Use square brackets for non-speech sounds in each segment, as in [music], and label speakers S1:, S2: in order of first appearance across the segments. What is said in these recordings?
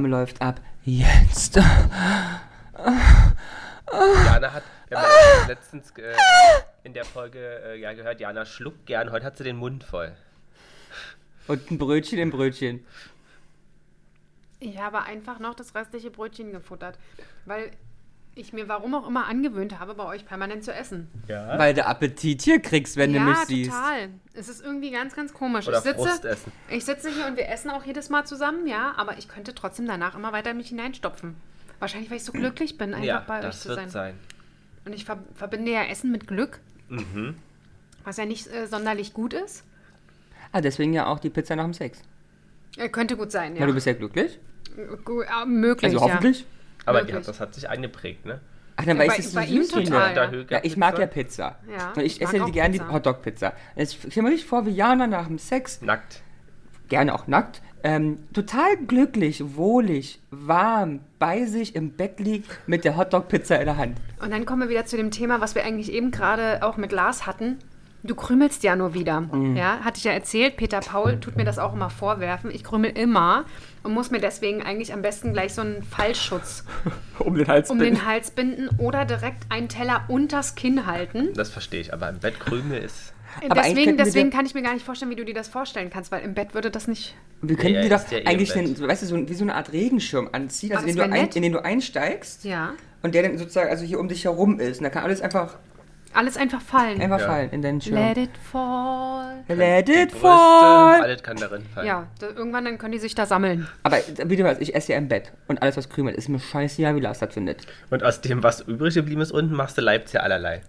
S1: läuft ab. Jetzt.
S2: Jana hat, wir
S3: Ah.
S2: haben ja letztens äh, in der Folge äh, ja, gehört, Jana schluckt gern. Heute hat sie den Mund voll.
S1: [laughs] Und ein Brötchen im Brötchen.
S3: Ich habe einfach noch das restliche Brötchen gefuttert, weil ich mir warum auch immer angewöhnt habe, bei euch permanent zu essen.
S2: Ja.
S1: Weil du Appetit hier kriegst, wenn du mich siehst.
S3: total. Es ist irgendwie ganz, ganz komisch.
S2: Oder
S3: ich, sitze,
S2: Frustessen.
S3: ich sitze hier und wir essen auch jedes Mal zusammen, ja, aber ich könnte trotzdem danach immer weiter mich hineinstopfen. Wahrscheinlich, weil ich so glücklich bin, einfach
S2: ja,
S3: bei euch
S2: das
S3: zu
S2: wird
S3: sein.
S2: sein.
S3: Und ich ver verbinde ja Essen mit Glück,
S1: Mhm.
S3: was ja nicht äh, sonderlich gut ist.
S1: Ah, deswegen ja auch die Pizza nach dem Sex.
S3: Äh, könnte gut sein, ja.
S1: Weil du bist ja glücklich.
S3: Gu- äh, möglich,
S1: Also
S3: ja.
S1: hoffentlich.
S2: Aber die
S3: Wirklich.
S2: hat, das hat sich eingeprägt, ne?
S1: Ach, dann
S3: Ja,
S1: weiß
S3: bei-
S1: ich so
S3: bei ihm
S1: süß,
S3: total.
S1: Kinder.
S3: Ja.
S1: Ja, ich mag ja Pizza.
S3: Ja,
S1: und ich,
S3: ich mag
S1: esse die
S3: auch
S1: gerne die
S3: Pizza.
S1: Hotdog-Pizza. Jetzt stell mir nicht vor, wie Jana nach dem Sex,
S2: Nackt.
S1: gerne auch nackt, ähm, total glücklich, wohlig, warm, bei sich im Bett liegt mit der Hotdog-Pizza in der Hand.
S3: Und dann kommen wir wieder zu dem Thema, was wir eigentlich eben gerade auch mit Lars hatten. Du krümelst ja nur wieder.
S1: Mhm.
S3: Ja, hatte ich ja erzählt. Peter Paul tut mir das auch immer vorwerfen. Ich krümel immer und muss mir deswegen eigentlich am besten gleich so einen Fallschutz
S1: Um den Hals
S3: um den Hals binden oder direkt einen Teller unters Kinn halten.
S2: Das verstehe ich, aber im Bett Krümel ist.
S1: Aber eigentlich könnten wir
S3: deswegen deswegen
S1: dir-
S3: kann ich mir gar nicht vorstellen, wie du dir das vorstellen kannst, weil im Bett würde das nicht.
S1: Wir könnten
S2: Nee,
S1: dir
S2: er
S1: doch
S2: ist ja eh im
S1: eigentlich
S2: Bett.
S1: den, so, weißt du, so, ein- wie so eine Art Regenschirm anziehen, also
S3: das
S1: in, den du
S3: wär
S1: ein,
S3: nett.
S1: in den du einsteigst
S3: Ja.
S1: und der dann sozusagen also hier um dich herum ist. Und da kann alles einfach,
S3: Alles einfach fallen.
S1: einfach
S2: Ja.
S1: fallen in deinen Schirm.
S3: Let it fall.
S1: Let
S2: Die
S1: it
S2: Brüste,
S1: fall!
S2: Alles kann darin fallen.
S3: Ja, da, irgendwann dann können die sich da sammeln.
S1: Aber wie du weißt, ich esse ja im Bett und alles, was krümelt, ist mir scheißegal, wie Lars das findet.
S2: Und aus dem, was übrig geblieben ist unten, machst du Leipzig allerlei.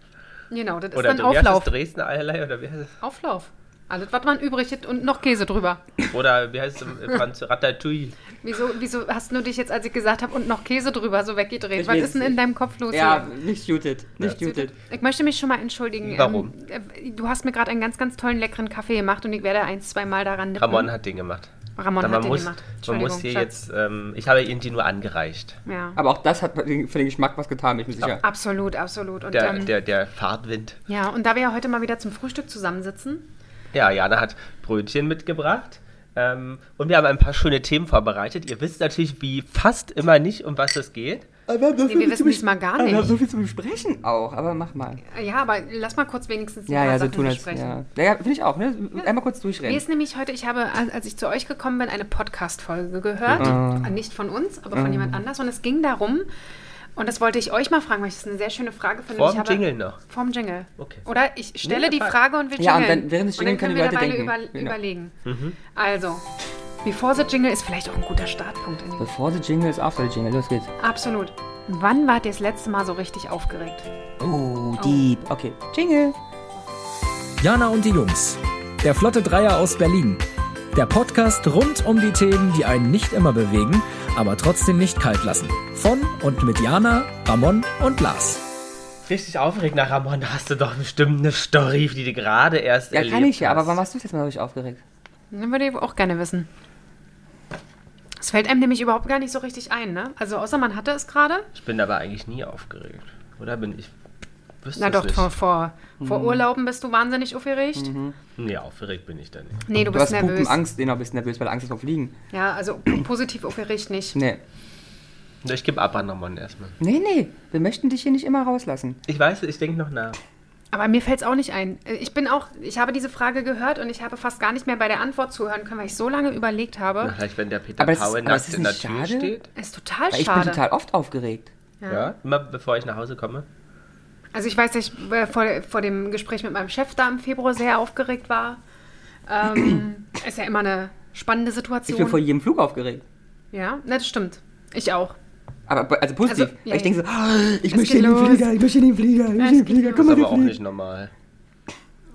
S3: Genau, das ist
S2: Oder
S3: dann
S2: du, wie heißt es,
S3: Auflauf.
S2: Dresden allerlei? Oder wie heißt es?
S3: Auflauf. Alles, was man übrig hat und noch Käse drüber.
S2: Oder wie heißt es im im Franz Ratatouille?
S3: Wieso, wieso hast du dich jetzt, als ich gesagt habe, und noch Käse drüber so weggedreht?
S1: Ich
S3: was
S1: weiß
S3: ist denn
S1: nicht.
S3: in deinem Kopf los?
S1: Ja,
S3: hier?
S1: nicht muted, nicht muted.
S3: Ich möchte mich schon mal entschuldigen.
S2: Warum?
S3: Ähm, äh, du hast mir gerade einen ganz, ganz tollen, leckeren Kaffee gemacht und ich werde ein, zweimal daran nippen.
S2: Ramon hat den gemacht.
S3: Ramon
S2: Da
S3: hat
S2: man
S3: den
S2: muss,
S3: gemacht.
S2: Man muss
S3: Entschuldigung,
S2: hier
S3: Schatz.
S2: jetzt, ähm, ich habe ihn die nur angereicht.
S3: Ja.
S1: Aber auch das hat für den für den Geschmack was getan, bin ich mir sicher.
S3: Absolut, absolut. Und,
S2: Der,
S3: ähm,
S2: der, der Fahrtwind.
S3: ja, und da wir ja heute mal wieder zum Frühstück zusammensitzen,
S2: Ja, Jana hat Brötchen mitgebracht. Ähm, und wir haben ein paar schöne Themen vorbereitet. Ihr wisst natürlich wie fast immer nicht, um was es geht.
S1: Aber so
S3: viel wir zu wissen bes- diesmal gar aber wir nicht. haben
S1: so
S3: so
S1: viel zu besprechen auch, aber mach mal.
S3: äh, ja, aber lass mal kurz wenigstens ein
S1: Ja,
S3: paar
S1: ja, so
S3: Sachen
S1: tun als.
S3: besprechen.
S1: Ja, ja, ja finde ich auch, ne? Einmal kurz
S3: Mir
S1: durchreden.
S3: ist nämlich heute, ich habe, als als ich zu euch gekommen bin, eine Podcast-Folge gehört.
S1: Ah.
S3: Äh, Nicht von uns, aber von jemand anders. Und es ging darum, und das wollte ich euch mal fragen, weil ich das eine sehr schöne Frage finde.
S2: Vorm
S3: ich habe,
S2: Jingle noch.
S3: Vorm Jingle.
S2: Okay.
S3: Oder ich
S2: Nee,
S3: stelle die
S2: Frage.
S3: Frage und will
S1: Ja, und
S3: jingeln.
S1: dann während des
S3: Und dann
S1: Jingle können die
S3: wir
S1: Leute
S3: dabei
S1: denken.
S3: Über,
S1: Genau.
S3: überlegen.
S2: Mhm.
S3: Also, bevor the Jingle ist vielleicht auch ein guter Startpunkt. In die,
S1: Bevor the Jingle ist, after the Jingle, los geht's.
S3: absolut. Wann wart ihr das letzte Mal so richtig aufgeregt?
S1: Oh, deep. Okay, Jingle.
S4: Jana und die Jungs. Der Flotte Dreier aus Berlin. Der Podcast rund um die Themen, die einen nicht immer bewegen, aber trotzdem nicht kalt lassen. Von und mit Jana, Ramon und Lars.
S2: Richtig aufregend, na Ramon, da hast du doch bestimmt eine Story, die du gerade erst
S1: Ja,
S2: erlebt
S1: kann ich ja,
S2: hast.
S1: aber wann warst du das letzte Mal wirklich aufgeregt?
S3: Dann würde ich auch gerne wissen. Es fällt einem nämlich überhaupt gar nicht so richtig ein, ne? Also außer man hatte es gerade.
S2: Ich bin aber eigentlich nie aufgeregt. Oder bin ich? Wüsste
S3: Na
S2: es
S3: doch,
S2: nicht.
S3: vor, vor, vor
S1: Mhm.
S3: Urlauben bist du wahnsinnig aufgeregt.
S2: Nee, aufgeregt bin ich da nicht.
S3: Nee, du
S1: Du
S3: bist
S1: hast
S3: nervös.
S1: Pupenangst, genau, bist nervös, weil du Angst hast vom Fliegen.
S3: Ja, also [clears throat] positiv aufgeregt nicht.
S1: Nee.
S2: Ich gebe ab an Ramon erstmal.
S1: Nee, nee, wir möchten dich hier nicht immer rauslassen.
S2: Ich weiß, ich denke noch nach.
S3: Aber mir fällt es auch nicht ein. Äh, Ich bin auch, ich habe diese Frage gehört und ich habe fast gar nicht mehr bei der Antwort zuhören können, weil ich so lange überlegt
S2: Na,
S3: habe.
S2: Vielleicht, wenn der Peter
S1: Aber es ist- aber
S2: Paul
S1: es
S2: nackt
S1: ist
S2: in der
S1: nicht
S2: Tür
S1: schade?
S2: steht.
S3: Ist total
S1: Weil ich bin
S3: schade.
S1: total oft aufgeregt.
S2: Ja. Immer bevor ich nach Hause komme.
S3: Also ich weiß, dass ich äh, vor, vor dem Gespräch mit meinem Chef da im Februar sehr aufgeregt war.
S1: [clears throat]
S3: Ähm, ist ja immer eine spannende
S1: Ich
S3: Situation.
S1: bin vor jedem Flug aufgeregt.
S3: ja, na, das stimmt. Ich auch.
S1: Aber po- also positiv.
S3: Also, ja,
S1: Weil ich
S3: ja.
S1: denke so, "Ah, ich möchte
S3: geht
S1: in den
S3: los.
S1: Flieger, ich möchte in den Flieger, ich möchte in den
S3: Es geht
S1: Flieger,
S3: los.
S1: komm mal
S2: Ist
S1: den
S2: aber auch
S1: Flieger.
S2: nicht normal.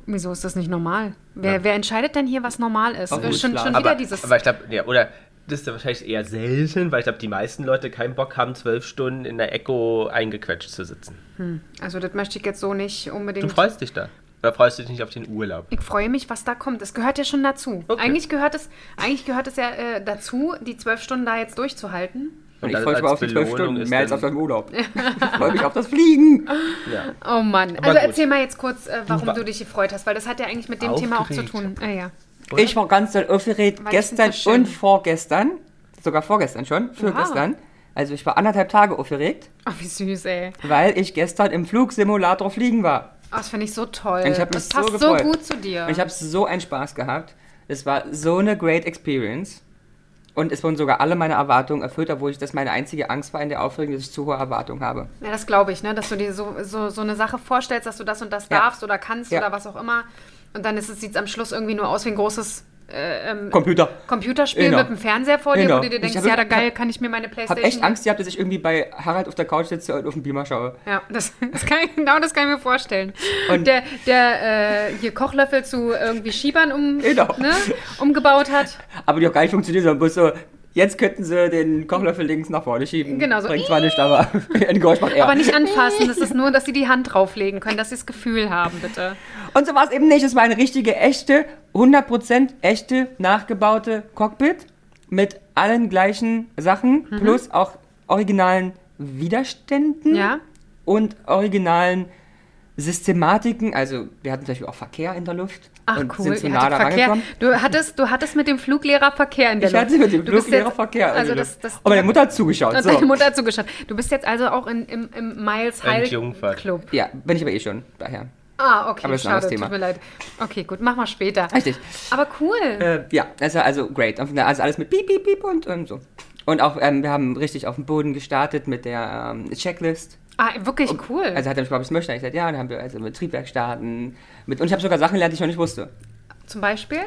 S3: Wieso ist das nicht normal? Wer, wer entscheidet denn hier, was normal ist?
S1: Ach,
S3: Äh,
S1: gut,
S3: schon,
S1: klar.
S3: schon wieder
S2: Aber,
S3: dieses.
S2: aber ich glaube, ja, oder das ist ja wahrscheinlich eher selten, weil ich glaube, die meisten Leute keinen Bock haben, zwölf Stunden in der Echo eingequetscht zu sitzen.
S3: also das möchte ich jetzt so nicht
S2: Du
S3: unbedingt.
S2: freust dich da. Oder freust du dich nicht auf den Urlaub?
S3: Ich freue mich, was da kommt. Das gehört ja schon dazu.
S2: Okay.
S3: Eigentlich, gehört es, eigentlich gehört es ja äh, dazu, die zwölf Stunden da jetzt durchzuhalten.
S1: Und ich
S2: dann
S1: freue mich
S2: als
S1: aber auf die zwölf
S2: Belohnung
S1: Stunden,
S2: ist
S1: mehr als
S2: dann-
S1: auf den
S3: [laughs]
S1: Urlaub. Ich freue mich auf das Fliegen.
S2: Ja.
S3: Oh Mann.
S2: Aber
S3: also
S2: gut.
S3: erzähl mal jetzt kurz, äh, warum
S2: Wa-
S3: du dich gefreut hast, weil das hat ja eigentlich mit dem Thema auch zu
S2: Aufgeregt.
S3: tun. Ah, ja.
S1: Ich war ganz doll aufgeregt
S3: Weil ich find's
S1: gestern
S3: so schön.
S1: und vorgestern. sogar vorgestern schon, für
S3: Oha.
S1: gestern. Also ich war anderthalb Tage aufgeregt,
S3: Oh, wie süß, ey.
S1: weil ich gestern im Flugsimulator fliegen war.
S3: Oh, das finde ich so toll.
S1: Ich hab
S3: Äh, das
S1: mich so
S3: passt so,
S1: gefreut.
S3: gut zu dir.
S1: Und ich habe so einen Spaß gehabt. Es war so eine great experience. Und es wurden sogar alle meine Erwartungen erfüllt, obwohl ich das meine einzige Angst war in der Aufregung, dass ich zu hohe Erwartungen habe.
S3: ja, das glaube ich, ne? dass du dir so, so, so eine Sache vorstellst, dass du das und das
S1: Ja.
S3: darfst oder kannst
S1: Ja.
S3: oder was auch immer. Und dann sieht es sieht's am Schluss irgendwie nur aus wie ein großes äh, ähm,
S1: Computer.
S3: Computerspiel
S1: Genau.
S3: mit dem Fernseher vor dir,
S1: Genau.
S3: wo du dir
S1: Ich
S3: denkst,
S1: hab
S3: ja, da
S1: wirklich-
S3: geil, kann ich mir meine
S1: Hab
S3: Playstation...
S1: echt Angst gehabt, dass ich irgendwie bei Harald auf der Couch sitze und auf den Beamer schaue.
S3: Ja, das, [laughs] das kann ich, genau das kann ich mir vorstellen.
S1: Und-
S3: der der äh, hier Kochlöffel zu irgendwie Schiebern um,
S1: Genau.
S3: ne,
S1: [laughs]
S3: umgebaut hat.
S1: Aber die auch gar nicht funktioniert, sondern bloß so, jetzt könnten sie den Kochlöffel links nach vorne schieben.
S3: Genau, so.
S1: Bringt zwar nicht, aber [laughs] ein Geräusch macht er.
S3: Aber nicht anfassen, das ist nur, dass sie die Hand drauflegen können, dass sie das Gefühl haben, bitte.
S1: Und so war es eben nicht. Es war eine richtige, echte, 100% echte, nachgebaute Cockpit mit allen gleichen Sachen
S3: Mhm.
S1: plus auch originalen Widerständen
S3: Ja.
S1: und originalen Systematiken. Also wir hatten zum Beispiel auch Verkehr in der Luft
S3: Ach
S1: und
S3: cool,
S1: sind zu
S3: ihr
S1: nah
S3: hattet
S1: da
S3: Verkehr.
S1: rangekommen.
S3: Du hattest, du hattest mit dem Fluglehrer Verkehr in der
S1: Ich hatte mit dem
S3: Du bist
S1: Fluglehrer
S3: jetzt-
S1: Verkehr. in
S3: Also
S1: der
S3: das,
S1: Luft.
S3: das,
S1: und meine Mutter hat zugeschaut.
S3: und
S1: so.
S3: deine Mutter hat zugeschaut. Du bist jetzt also auch in, im, im Miles Heil
S2: Entjungfert.
S3: Club.
S1: ja, bin ich aber eh schon daher.
S3: Ah, okay,
S1: Aber das ist ein
S3: schade,
S1: anderes
S3: tut
S1: Thema.
S3: mir leid. Okay, gut, machen wir später.
S1: Richtig.
S3: Aber cool.
S1: Äh, ja, das war also great. Und Also alles mit piep, piep, piep und, ähm, so. Und auch, ähm, wir haben richtig auf dem Boden gestartet mit der ähm, Checklist.
S3: ah, wirklich cool.
S1: Also hat er mich gefragt, ob ich es möchte. Ich sagte, ja, dann haben wir also mit Triebwerk starten. Mit, und ich habe sogar Sachen gelernt, die ich noch nicht wusste.
S3: Zum Beispiel?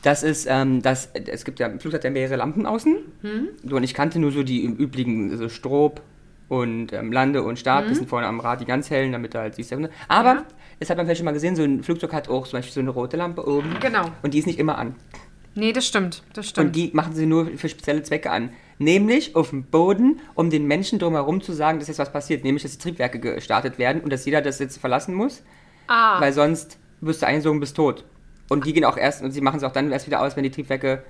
S1: Das ist, ähm, das, es gibt ja im Flugzeug ja mehrere Lampen außen.
S3: Mhm.
S1: So, und ich kannte nur so die im üblichen so Strob und ähm, Lande und Start, bisschen vorne am Rad, die ganz hellen, damit da halt siehst. du- Aber,
S3: Mhm. Ja.
S1: das hat man vielleicht schon mal gesehen, so ein Flugzeug hat auch zum Beispiel so eine rote Lampe oben.
S3: Genau.
S1: Und die ist nicht immer an.
S3: Nee, das stimmt. Das stimmt.
S1: Und die machen sie nur für spezielle Zwecke an. Nämlich auf dem Boden, um den Menschen drumherum zu sagen, dass jetzt was passiert. Nämlich, dass die Triebwerke gestartet werden und dass jeder das jetzt verlassen muss.
S3: ah,
S1: Weil sonst wirst du eingesogen, bist tot. Und die gehen auch erst, und sie machen es auch dann erst wieder aus, wenn die Triebwerke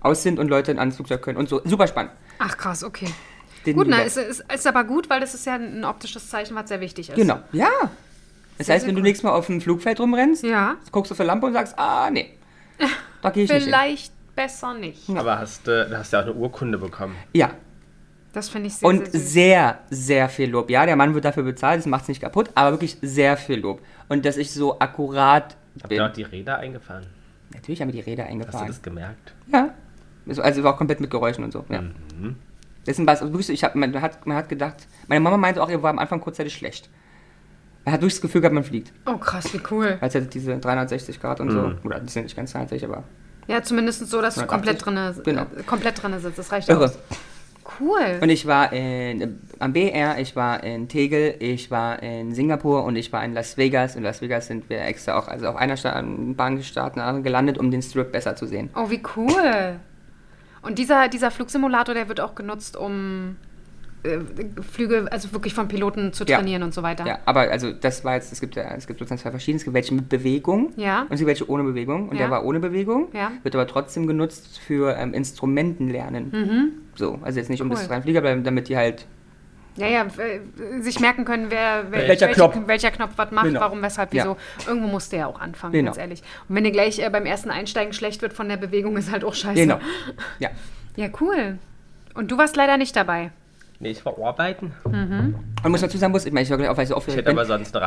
S1: aus sind und Leute ans Flugzeug können. Und so, super spannend.
S3: ach krass, okay.
S1: Den
S3: Gut, na,
S1: Wert.
S3: ist, ist, ist aber gut, weil das ist ja ein optisches Zeichen, was sehr wichtig ist.
S1: Genau, ja. Das
S3: Sehr,
S1: heißt,
S3: sehr
S1: wenn du
S3: cool. Hm.
S1: nächstes Mal auf dem Flugfeld rumrennst,
S3: Ja.
S1: guckst du auf die Lampe und sagst, ah,
S3: [laughs]
S1: nee, da gehe ich nicht hin.
S3: Vielleicht besser nicht.
S2: Aber hast du hast ja auch eine Urkunde bekommen.
S1: Ja,
S3: Das finde ich sehr,
S1: Und
S3: sehr süß.
S1: sehr, sehr viel Lob. Ja, der Mann wird dafür bezahlt, das macht's nicht kaputt, aber wirklich sehr viel Lob. Und dass ich so akkurat
S2: Habt
S1: bin.
S2: ihr auch die Räder eingefahren?
S1: Natürlich haben wir die Räder
S2: Hast du
S1: eingefahren.
S2: das Mhm. gemerkt?
S1: Ja. Also, also war auch komplett mit Geräuschen und so. Ja. Das sind was, also wirklich so, ich hab, man, hat, man hat gedacht, meine Mama meinte auch, ihr war am Anfang kurzzeitig schlecht. Man hat wirklich das Gefühl gehabt, man fliegt.
S3: Oh krass, wie cool.
S1: Weil es ja diese 360 Grad und
S2: Mhm.
S1: so. Oder die sind nicht ganz 360, aber
S3: Ja, zumindest so, dass du
S1: 180.
S3: komplett drinne,
S1: Genau.
S3: äh, komplett drinne sitzt. Das reicht
S1: irre.
S3: aus. Cool.
S1: Und ich war in, am BR, ich war in Tegel, ich war in Singapur und ich war in Las Vegas. In Las Vegas sind wir extra auch, also auf einer Sta Bahn gestartet, einer anderen gelandet, um den Strip besser zu sehen.
S3: Oh, wie cool. Und dieser, dieser Flugsimulator, der wird auch genutzt, um äh, Flüge, also wirklich vom Piloten zu
S1: Ja.
S3: trainieren und so weiter.
S1: Ja, aber also das war jetzt, es gibt ja, es gibt sozusagen zwei verschiedene, es gibt welche mit Bewegung
S3: Ja.
S1: und es gibt welche ohne Bewegung. Und
S3: Ja.
S1: der war ohne Bewegung,
S3: Ja.
S1: wird aber trotzdem genutzt für ähm, Instrumentenlernen. So, also jetzt nicht um das
S3: Mhm. Cool.
S1: rein Flieger bleiben, damit die halt
S3: Ja, ja, äh, sich merken können, wer, wel-
S1: Welcher Knopf.
S3: welcher Knopf was macht,
S1: Genau.
S3: warum, weshalb,
S1: Ja.
S3: wieso. Irgendwo musst du ja auch anfangen,
S1: Genau.
S3: ganz ehrlich. Und wenn dir gleich äh, beim ersten Einsteigen schlecht wird von der Bewegung, ist halt auch scheiße.
S1: Genau. Ja.
S3: Ja, cool. Und du warst leider nicht dabei. [laughs]
S2: Nee, ich war arbeiten.
S1: Und muss man dazu sagen, muss, ich meine, ich war gleich auf, weil ich so
S2: Ich
S1: aufgeregt
S2: hätte
S1: bin.
S2: aber sonst eine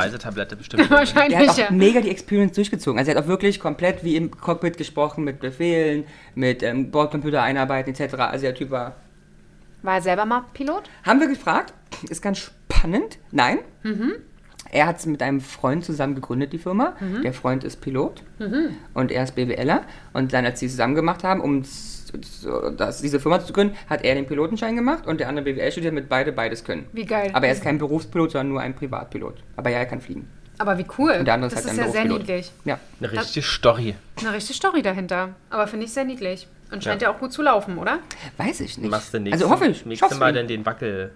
S1: [laughs]
S2: Reisetablette bestimmt.
S1: Der hat
S3: Wahrscheinlich, ja.
S1: auch mega die Experience durchgezogen. Also er hat auch wirklich komplett wie im Cockpit gesprochen, mit Befehlen, mit ähm, Bordcomputer einarbeiten etc. Also der Typ war...
S3: War er selber mal Pilot?
S1: Haben wir gefragt, ist ganz spannend. Nein.
S3: Mhm.
S1: Er hat es mit einem Freund zusammen gegründet, die Firma.
S3: Mhm.
S1: Der Freund ist Pilot und er ist BWLer. Und dann, als sie zusammen gemacht haben, um s- so- das, diese Firma zu gründen, hat er den Pilotenschein gemacht und der andere BWL studiert, damit beide beides können.
S3: Wie geil.
S1: Aber er ist kein Berufspilot, sondern nur ein Privatpilot. Aber ja, er kann fliegen.
S3: Aber wie cool.
S1: Und der andere
S3: das
S1: ist halt
S3: ist
S1: ein
S3: ja sehr
S1: Berufspilot.
S3: niedlich.
S1: Ja.
S2: Eine richtige Story.
S3: Eine richtige Story dahinter. Aber finde ich sehr niedlich. Und scheint ja. auch gut zu laufen, oder?
S1: Weiß ich nicht.
S2: Machst du nächsten,
S1: also hoffe ich.
S2: nächste
S1: schaffst
S2: Mal
S1: du.
S2: dann den Wackel.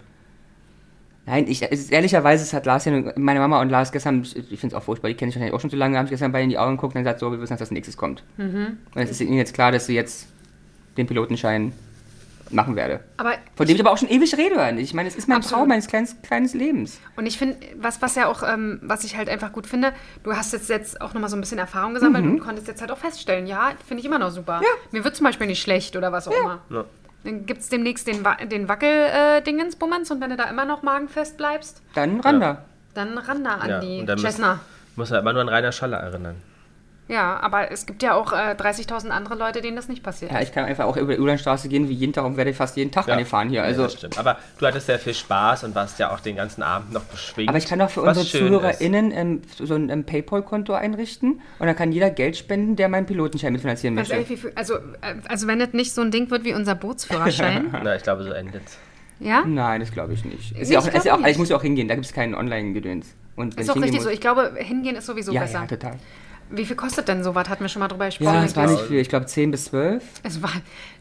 S1: Nein, ich, es ist, ehrlicherweise, es hat Lars ja, nur- meine Mama und Lars gestern, ich, ich finde es auch furchtbar, die kenne ich wahrscheinlich auch schon so lange, haben sich gestern beide in die Augen geguckt und dann gesagt, so, wir wissen, dass das nächstes kommt. Und es ist ihnen jetzt klar, dass sie jetzt den Pilotenschein machen werde.
S3: Aber
S1: Von dem ich aber auch schon ewig rede. Anne. Ich meine, es ist mein
S3: Absolut.
S1: Traum meines kleines, kleines Lebens.
S3: Und ich finde, was, was ja auch, ähm, was ich halt einfach gut finde, du hast jetzt, jetzt auch nochmal so ein bisschen Erfahrung
S2: Mhm.
S3: gesammelt und konntest jetzt halt auch feststellen, ja, finde ich immer noch super. Mir wird zum Beispiel nicht schlecht oder was auch immer.
S2: Ne?
S3: Dann gibt es demnächst den, Wa den Wackel-Dingensbummens und wenn du da immer noch magenfest bleibst,
S1: Dann ran da.
S3: dann ran da an
S2: Ja,
S3: die
S2: und dann müsst-
S3: Cessna.
S2: Muss er immer nur an Rainer Schaller erinnern.
S3: Ja, aber es gibt ja auch äh, 30.000 andere Leute, denen das nicht passiert.
S1: Ja, ich kann einfach auch über die Ulanstraße gehen, wie jeden Tag und werde fast jeden Tag angefahren hier. Also,
S2: ja, das stimmt. Aber du hattest sehr viel Spaß und warst ja auch den ganzen Abend noch beschwingt.
S1: aber ich kann auch für
S2: was
S1: unsere
S2: schön
S1: ZuhörerInnen ähm, so ein ähm, Paypal-Konto einrichten und dann kann jeder Geld spenden, der meinen Pilotenschein mitfinanzieren
S3: Ganz
S1: möchte.
S3: ehrlich, wie viel, also, äh, also wenn das nicht so ein Ding wird wie unser Bootsführerschein,
S2: [laughs] ist. Na, ich glaube, so endet's.
S3: ja?
S1: Nein, das glaube ich nicht. Ist
S3: Nee,
S1: ja
S3: ich
S1: auch, ist ja
S3: glaub
S1: auch, ich
S3: nicht.
S1: muss ja auch hingehen, da gibt es keinen Online-Gedöns. Und wenn
S3: Ist auch
S1: hingehen
S3: richtig so.
S1: muss-
S3: Ich glaube, hingehen ist sowieso
S1: ja,
S3: besser.
S1: ja, total.
S3: Wie viel kostet denn sowas? Hatten wir schon mal drüber gesprochen.
S1: Ja, es war
S3: Niklas.
S1: nicht viel. Ich glaube 10 bis 12.
S3: Es war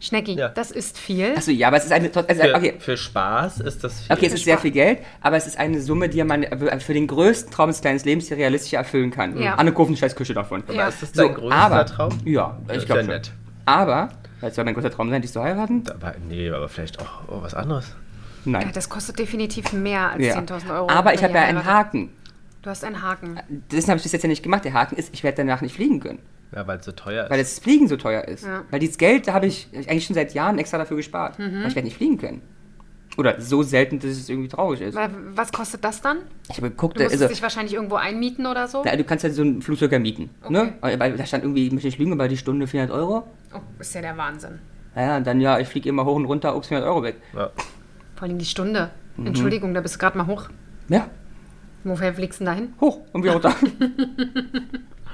S3: Schnecki,
S2: Ja.
S3: das ist viel.
S1: Achso, ja, aber es ist eine. trotz- Also,
S2: Für,
S1: okay.
S2: für Spaß ist das viel.
S1: Okay, es ist sehr viel Geld, aber es ist eine Summe, die man für den größten Traum des kleinen Lebens hier realistisch erfüllen kann.
S3: Ja.
S1: Anne Kurven scheiß Küche davon.
S3: Ja.
S2: Ist das dein größter
S1: aber,
S2: Traum?
S1: Ja,
S2: Das
S1: ich
S2: ist
S1: glaube
S2: ja
S1: schon.
S2: nett.
S1: Aber, das soll mein großer Traum sein, dich zu heiraten?
S2: Aber, nee, aber vielleicht auch oh, was anderes.
S1: Nein.
S3: Ja, das kostet definitiv mehr als
S1: Ja.
S3: 10.000 Euro.
S1: aber ich
S3: wenn
S1: habe
S3: ihr
S1: ja einen
S3: heiratet.
S1: Haken.
S3: Du hast einen Haken.
S1: Deswegen habe ich das jetzt ja nicht gemacht. Der Haken ist, ich werde danach nicht fliegen können,
S2: Ja, weil es so teuer ist.
S1: weil das Fliegen so teuer ist.
S3: Ja. Mhm.
S1: Weil dieses Geld, da habe ich eigentlich schon seit Jahren extra dafür gespart. Aber ich werde nicht fliegen können. Oder so selten, dass es irgendwie traurig ist.
S3: Weil, Was kostet das dann?
S1: Ich habe geguckt,
S3: Du musst
S1: also,
S3: dich wahrscheinlich irgendwo einmieten oder so.
S1: na, du kannst ja so einen Flugzeug ja mieten. Ne? Weil da stand irgendwie, ich möchte nicht lügen, aber die Stunde 400 Euro.
S3: Oh, ist ja der Wahnsinn.
S1: Naja, und dann ja, ich fliege immer hoch und runter, ups, 400 Euro weg.
S2: ja.
S3: Vor allem die Stunde.
S1: Mhm.
S3: Entschuldigung, da bist du gerade mal hoch.
S1: Ja,
S3: Woher fliegst du denn dahin?
S1: hoch und wieder
S3: [laughs]
S1: runter.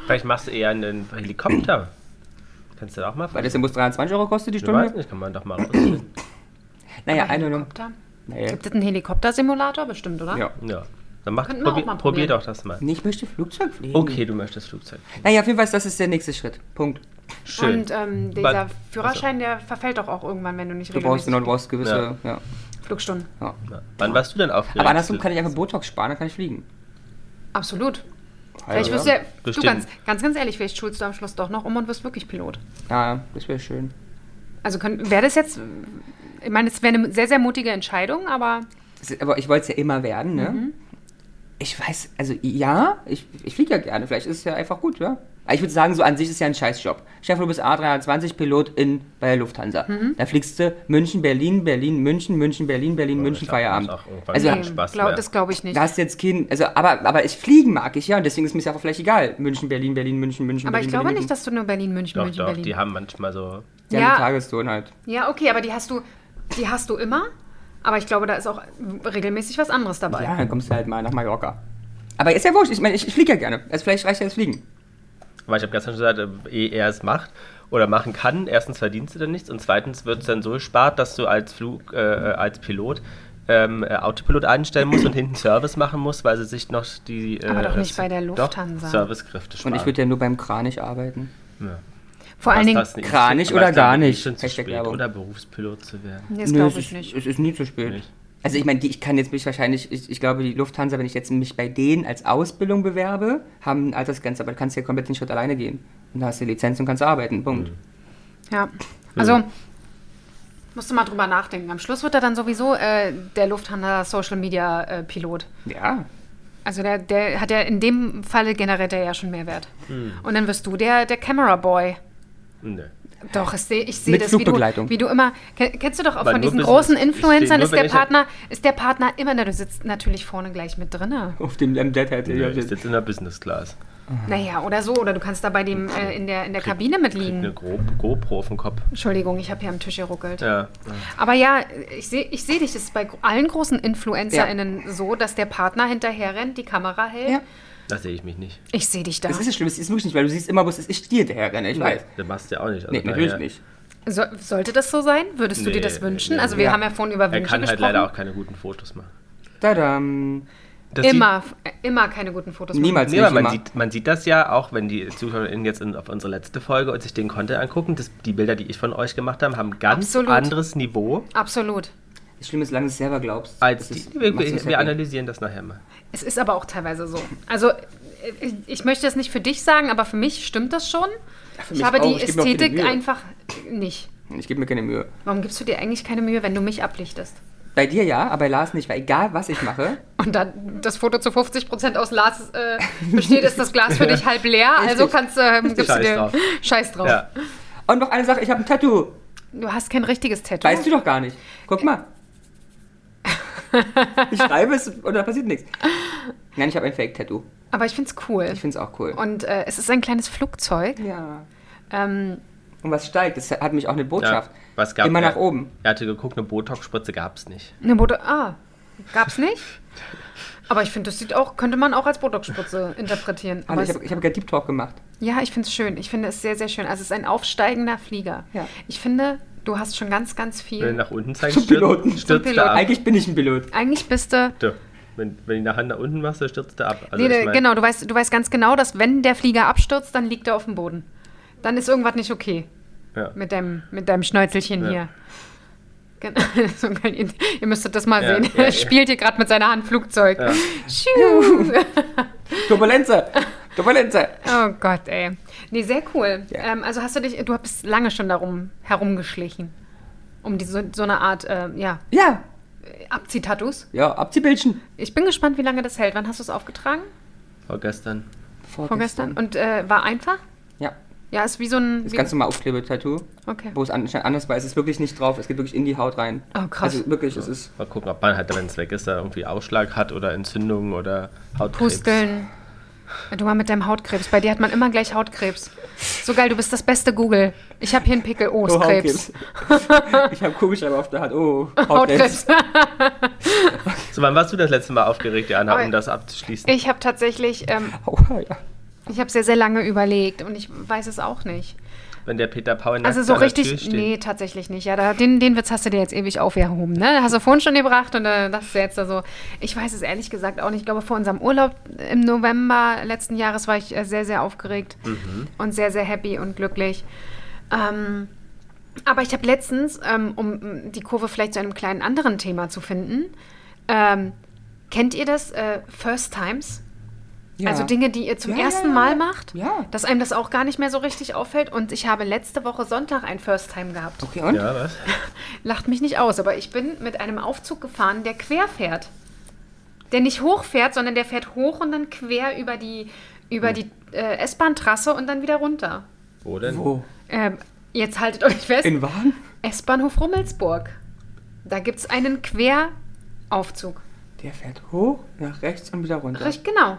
S2: Vielleicht machst du eher einen Helikopter. Kannst du da auch mal
S1: Weil
S2: fahren?
S1: das ja muss 23 Euro kostet die
S2: Ich weiß
S1: Stunde.
S2: nicht, kann man doch mal
S1: [clears throat]
S2: rausfinden.
S1: Naja, eine
S3: [laughs]
S1: Nummer.
S3: Helikopter?
S1: Naja.
S3: Gibt es einen Helikoptersimulator bestimmt, oder?
S1: Ja.
S2: Ja. Dann mach,
S3: Könnten wir auch
S2: probier,
S3: mal
S2: probier
S3: probieren.
S2: doch das mal.
S1: Nee, ich möchte Flugzeug fliegen.
S2: Okay, du möchtest Flugzeug.
S1: Naja, auf jeden Fall, ist das ist der nächste Schritt. Punkt.
S2: Schön.
S3: Und ähm, dieser
S2: Weil-
S3: Führerschein, der verfällt doch auch irgendwann, wenn du nicht
S1: Du brauchst, genau, du brauchst gewisse.
S2: Ja.
S1: Ja.
S3: Flugstunden.
S1: Ja.
S2: Ja. Wann warst du denn aufgeregt?
S1: Aber andersrum kann ich einfach Botox sparen, dann kann ich fliegen.
S3: Absolut.
S1: Hallo,
S3: Vielleicht
S1: ja.
S3: wirst du, ja, du
S2: Also, Bestimmt.
S3: ganz, ganz, ganz ehrlich, vielleicht schulst du am Schluss doch noch um und wirst wirklich Pilot.
S1: ja, das wäre schön.
S3: Also wäre das jetzt, ich meine, es wäre eine sehr, sehr mutige Entscheidung, aber
S1: Es ist- Aber ich wollte es ja immer werden, ne?
S3: Mhm.
S1: Ich weiß, also ja, ich, ich fliege ja gerne. Vielleicht ist es ja einfach gut, ja? Aber ich würde sagen, so an sich ist es ja ein Scheißjob. Stefan, du bist A320-Pilot in bei der Lufthansa.
S3: Mhm.
S1: Da fliegst du München, Berlin, Berlin, München, München, Berlin, Berlin, München,
S2: Oh, ich glaub,
S1: Feierabend.
S2: das ist auch irgendwann
S1: Also
S2: Ja,
S3: nee,
S2: kein Spaß
S3: glaub,
S2: mehr.
S3: das glaube ich nicht.
S1: da hast du jetzt keinen, also aber, aber ich fliegen mag ich ja und deswegen ist mir es ja auch vielleicht egal. München, Berlin, Berlin, München, München,
S3: aber ich
S1: Berlin,
S3: glaube
S1: Berlin,
S3: nicht, dass du nur Berlin, München,
S2: Doch,
S3: München,
S2: doch,
S3: Berlin.
S2: die haben manchmal so.
S1: Ja, ja.
S3: Ja.
S1: eine Tageston halt.
S3: ja, okay, aber die hast du, die hast du immer. Aber ich glaube, da ist auch regelmäßig was anderes dabei.
S1: Ja, dann kommst du halt mal nach Mallorca. Aber ist ja wurscht, ich meine, ich, ich fliege ja gerne. Also vielleicht reicht ja das Fliegen.
S2: Weil ich habe gestern schon gesagt, eh er es macht oder machen kann, erstens verdienst du dann nichts und zweitens wird es dann so gespart, dass du als Flug, äh, als Pilot ähm, äh, Autopilot einstellen musst und hinten Service machen musst, weil sie sich noch die äh,
S3: Aber doch nicht bei der Lufthansa.
S2: Doch, Servicekräfte sparen.
S1: Und ich würde ja nur beim Kranich arbeiten.
S3: Vor allen Dingen,
S2: das nicht?
S1: Kranich
S2: Aber
S1: oder
S2: ich glaub,
S1: gar
S2: es ist
S1: nicht.
S2: Schon zu
S1: Hashtag
S2: spät,
S1: Werbung.
S2: oder Berufspilot zu werden.
S3: nee, das
S1: Nö,
S3: glaube
S1: es
S3: ich
S1: ist-
S3: nicht.
S1: Es ist nie zu spät.
S2: Nicht.
S1: Also ich meine, die- ich kann jetzt mich wahrscheinlich, ich, ich glaube, die Lufthansa, wenn ich jetzt mich bei denen als Ausbildung bewerbe, haben eine Altersgrenze, aber du kannst ja komplett den Schritt alleine gehen. Und da hast du die Lizenz und kannst arbeiten. Punkt.
S3: Ja, also musst du mal drüber nachdenken. Am Schluss wird er dann sowieso äh, der Lufthansa Social Media äh, Pilot.
S1: Ja.
S3: Also der, der hat ja in dem Falle generiert er ja schon Mehrwert.
S2: Hm.
S3: Und dann wirst du der, der Camera Boy.
S2: Nö.
S3: Doch, ich sehe ich seh
S1: Mit
S3: das, wie du,
S1: Flugbegleitung.
S3: wie du immer, Ken- kennst du doch auch
S2: Aber
S3: von
S2: nur
S3: diesen
S2: bis-
S3: großen
S2: ich seh
S3: Influencern,
S2: nur,
S3: ist
S2: wenn
S3: der
S2: ich-
S3: Partner, ist der Partner immer, na, du sitzt natürlich vorne gleich mit drinne.
S1: Auf dem ähm, Deadhead.
S2: Nö, ist jetzt in der Business Class.
S3: Naja, oder so, oder du kannst da bei dem, äh, in der, in der Kabine
S2: Eine
S3: mitliegen.
S2: Gro GoPro auf dem Kopf.
S3: Entschuldigung, ich habe hier am Tisch geruckelt.
S2: Ja.
S3: Aber ja, ich sehe ich seh dich, das ist bei gro- allen großen InfluencerInnen so, dass der Partner hinterher rennt, die Kamera hält.
S1: Ja.
S2: Da sehe ich mich nicht.
S3: Ich sehe dich da.
S1: Das ist das Schlimme, es ist wirklich nicht, weil du siehst immer, wo es ist. Ich dir der Herr, ne? ich weiß.
S2: Das machst du ja auch nicht. Also
S1: Nee, natürlich
S2: daher-
S1: nicht.
S3: So, sollte das so sein? Würdest du
S2: Nee,
S3: dir das wünschen?
S2: nee,
S3: also wir
S1: ja.
S3: haben ja vorhin über
S2: Er
S3: Wünsche
S2: kann halt
S3: gesprochen.
S2: leider auch keine guten Fotos machen.
S1: Tadam.
S2: Das
S3: immer, äh, immer keine guten Fotos machen.
S1: Niemals
S2: Sieht, nee,
S1: nicht
S2: aber man
S1: immer.
S2: sieht, man sieht das ja auch, wenn die ZuschauerInnen jetzt in, auf unsere letzte Folge und sich den Content angucken. Das, die Bilder, die ich von euch gemacht habe, haben ein ganz
S3: Absolut.
S2: anderes Niveau
S3: Absolut.
S1: Das Schlimme ist, solange du es selber glaubst.
S2: als
S1: das ist-
S2: die. Wir,
S1: machst du es
S2: wir, wir
S1: happy.
S2: analysieren das nachher mal.
S3: Es ist aber auch teilweise so. Also äh, ich, ich möchte das nicht für dich sagen, aber für mich stimmt das schon.
S1: für
S3: ich
S1: mich
S3: habe
S1: auch.
S3: die
S1: Ich gebe mir auch keine
S3: Ästhetik
S1: Mühe.
S3: einfach nicht.
S1: Ich gebe mir keine Mühe.
S3: Warum gibst du dir eigentlich keine Mühe, wenn du mich ablichtest?
S1: Bei dir ja, aber bei Lars nicht, weil egal was ich mache, [laughs]
S3: Und dann das Foto zu 50% aus Lars äh, besteht, ist das Glas für dich halb leer. Also kannst ähm, gibst du
S2: Scheiß
S3: dir
S2: drauf.
S3: Scheiß drauf.
S2: Ja.
S1: Und noch eine Sache, ich habe ein Tattoo.
S3: Du hast kein richtiges Tattoo.
S1: Weißt du doch gar nicht. Guck mal. ich schreibe es und da passiert nichts. Nein, ich habe ein Fake-Tattoo.
S3: Aber ich find's cool.
S1: Ich finde es auch cool.
S3: Und äh, es ist ein kleines Flugzeug.
S1: ja.
S3: Ähm,
S1: Und was steigt? Das hat mich auch eine Botschaft.
S2: Ja, was gab-
S1: Immer nach
S2: ja.
S1: oben.
S2: Er hatte geguckt, eine Botox-Spritze gab es nicht.
S3: eine Boto ah, gab's nicht? Aber ich finde, das sieht auch, könnte man auch als Botox-Spritze interpretieren.
S1: Alter,
S3: Aber
S1: Also ich
S3: es-
S1: habe ich hab gerade Deep Talk gemacht.
S3: Ja, ich finde es schön. Ich finde es sehr, sehr schön. Also es ist ein aufsteigender Flieger.
S1: Ja.
S3: Ich finde, du hast schon ganz, ganz
S2: Wenn er
S3: viel.
S2: nach unten zeigt,
S1: Zum Piloten.
S2: stürzt, stürzt
S3: Zum
S2: er ab.
S1: Eigentlich bin ich ein Pilot.
S3: Eigentlich bist du.
S2: Tö. Wenn, wenn die Hand nach unten machst, dann stürzt er ab. Also
S3: nee,
S2: ich mein,
S3: genau, du weißt, du weißt ganz genau, dass wenn der Flieger abstürzt, dann liegt er auf dem Boden. Dann ist irgendwas nicht okay
S2: Ja.
S3: mit deinem, mit deinem Schnäuzelchen
S2: Ja.
S3: hier. Genau. [laughs] So geil. Ihr- Ihr müsstet das mal
S2: Ja,
S3: sehen.
S2: ja,
S3: Er
S2: ja.
S3: [laughs] spielt hier gerade mit seiner Hand Flugzeug. Tschiu.
S1: Turbulenze! Turbulenze!
S3: Oh Gott, ey. Nee, sehr cool.
S1: Ja.
S3: Ähm, also hast du dich, du bist lange schon darum herumgeschlichen. Um die, so, so eine Art, äh, ja,
S1: Ja,
S3: Abziehtattoos.
S1: ja, Abziehbildchen.
S3: Ich bin gespannt, wie lange das hält. Wann hast du es aufgetragen?
S2: Vorgestern.
S3: Vorgestern. Und äh, war einfach?
S1: Ja,
S3: Ja, ist wie so ein.
S1: das
S3: wie,
S1: ganz normal Aufklebetattoo.
S3: Okay.
S1: Wo es an- anders war, es ist wirklich nicht drauf, es geht wirklich in die Haut rein.
S3: Oh, krass.
S1: Also wirklich, es ist.
S2: Mal gucken, ob man halt, wenn es weg ist, da irgendwie Ausschlag hat oder Entzündung oder Hautkrebs.
S3: Pusteln. Du mal mit deinem Hautkrebs. Bei dir hat man immer gleich Hautkrebs. So geil, du bist das beste Google. Ich habe hier einen Pickel. Oh, ist Krebs.
S1: Hautkrebs. [laughs] ich habe komisch aber auf der Hand. Oh, Hautkrebs.
S3: [laughs] Hautkrebs.
S2: So, wann warst du das letzte Mal aufgeregt, Jana,
S3: Aber-
S2: um das abzuschließen?
S3: Ich habe tatsächlich, ähm,
S1: Aua, ja.
S3: ich habe sehr, sehr lange überlegt und ich weiß es auch nicht.
S2: wenn der Peter Paul nackt
S3: Also so
S2: an der Tür
S3: richtig,
S2: steht.
S3: nee, tatsächlich nicht. Ja, da, den, den Witz hast du dir jetzt ewig aufgehoben, ne? Hast du vorhin schon gebracht und äh, dachtest du jetzt da so, ich weiß es ehrlich gesagt auch nicht. Ich glaube, vor unserem Urlaub im November letzten Jahres war ich äh, sehr, sehr aufgeregt
S2: Mhm.
S3: und sehr, sehr happy und glücklich. Ähm, aber ich habe letztens, ähm, um m, die Kurve vielleicht zu einem kleinen anderen Thema zu finden, ähm, kennt ihr das äh, First Times?
S1: ja.
S3: Also Dinge, die ihr zum
S1: Ja,
S3: ersten
S1: ja, ja,
S3: Mal
S1: ja.
S3: macht,
S1: Ja.
S3: dass einem das auch gar nicht mehr so richtig auffällt. Und ich habe letzte Woche Sonntag ein First Time gehabt.
S1: Okay, und?
S2: Ja, was?
S3: Lacht mich nicht aus, aber ich bin mit einem Aufzug gefahren, der quer fährt. Der nicht hoch fährt, sondern der fährt hoch und dann quer über die, über die äh, S-Bahn-Trasse und dann wieder runter.
S2: Wo denn?
S1: Wo?
S3: Ähm, jetzt haltet euch fest.
S1: In Waren?
S3: S-Bahnhof Rummelsburg. Da gibt es einen Queraufzug.
S1: Der fährt hoch, nach rechts und wieder runter.
S3: Richtig genau.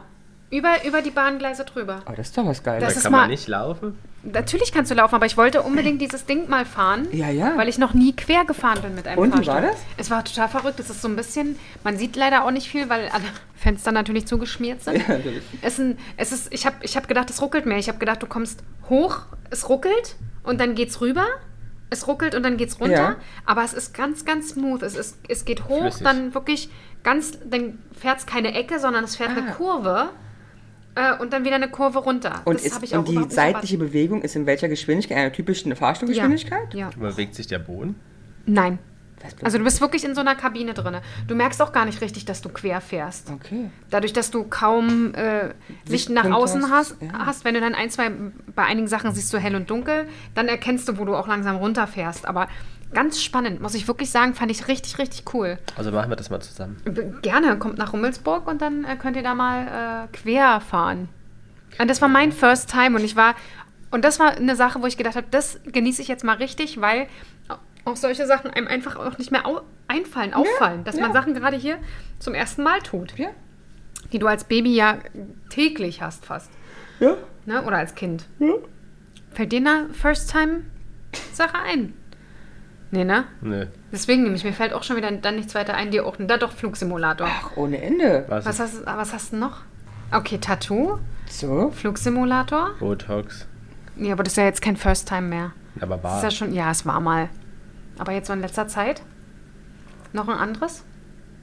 S3: Über, über die Bahngleise drüber.
S1: Aber das ist doch was
S2: Da
S1: Geiles.
S3: Das ist
S2: kann
S3: mal-
S2: man nicht laufen?
S3: Natürlich kannst du laufen, aber ich wollte unbedingt dieses Ding mal fahren,
S1: Ja, ja.
S3: weil ich noch nie quer gefahren bin mit einem
S1: Ah. Und, wie
S3: Fahrstuhl.
S1: war das?
S3: Es war total verrückt. Es ist so ein bisschen, man sieht leider auch nicht viel, weil alle [laughs] Fenster natürlich zugeschmiert sind.
S1: [laughs] Ja, natürlich.
S3: Es, ist ein, es ist, ich habe ich hab gedacht, es ruckelt mehr. Ich habe gedacht, du kommst hoch, es ruckelt und dann geht's rüber. Es ruckelt und dann geht's runter,
S1: Ja.
S3: aber es ist ganz, ganz smooth. Es, ist, es geht hoch,
S2: Flüssig.
S3: dann wirklich ganz, dann fährt's keine Ecke, sondern es fährt
S1: Ah.
S3: eine Kurve äh, und dann wieder eine Kurve runter.
S1: und
S3: das
S1: ist,
S3: hab ich auch
S1: und die
S3: überhaupt nicht erwartet.
S1: seitliche Bewegung ist in welcher Geschwindigkeit? Einer typischen Fahrstuhlgeschwindigkeit?
S3: Ja. ja.
S2: Bewegt sich der Boden?
S3: Nein.
S1: Was
S3: Also du bist wirklich in so einer Kabine drin. Du merkst auch gar nicht richtig, dass du quer fährst.
S1: Okay.
S3: Dadauch, dass du kaum äh, Licht nach
S1: Sichtpunkt
S3: außen hast,
S1: hast, ja.
S3: hast, wenn du dann ein, zwei, bei einigen Sachen siehst du hell und dunkel, dann erkennst du, wo du auch langsam runterfährst. Aber ganz spannend, muss ich wirklich sagen, fand ich richtig, richtig cool.
S2: Also machen wir das mal zusammen.
S3: B- Gerne, kommt nach Rummelsburg und dann äh, könnt ihr da mal äh, quer fahren. Und das war mein First Time und ich war, und das war eine Sache, wo ich gedacht habe, das genieße ich jetzt mal richtig, weil auch solche Sachen einem einfach auch nicht mehr au einfallen, auffallen, dass man
S1: ja.
S3: Sachen gerade hier zum ersten Mal tut,
S1: Ja.
S3: die du als Baby ja täglich hast fast,
S1: Ja.
S3: ne? oder als Kind.
S1: Ja.
S3: Fällt dir eine First Time Sache ein? Nee, ne?
S2: Nö.
S3: Deswegen nämlich, mir fällt auch schon wieder dann nichts weiter ein, dir auch, da doch Flugsimulator.
S1: Ach, ohne Ende.
S2: Was, ist
S3: Was hast, ah, was hast du noch? Okay, Tattoo,
S1: So.
S3: Flugsimulator.
S2: Botox?
S3: Nee, aber das ist ja jetzt kein First Time mehr.
S2: Aber
S3: Das
S2: war.
S3: ist
S1: Ah.
S3: ja schon, ja, es war mal. Aber jetzt so in letzter Zeit? Noch ein anderes?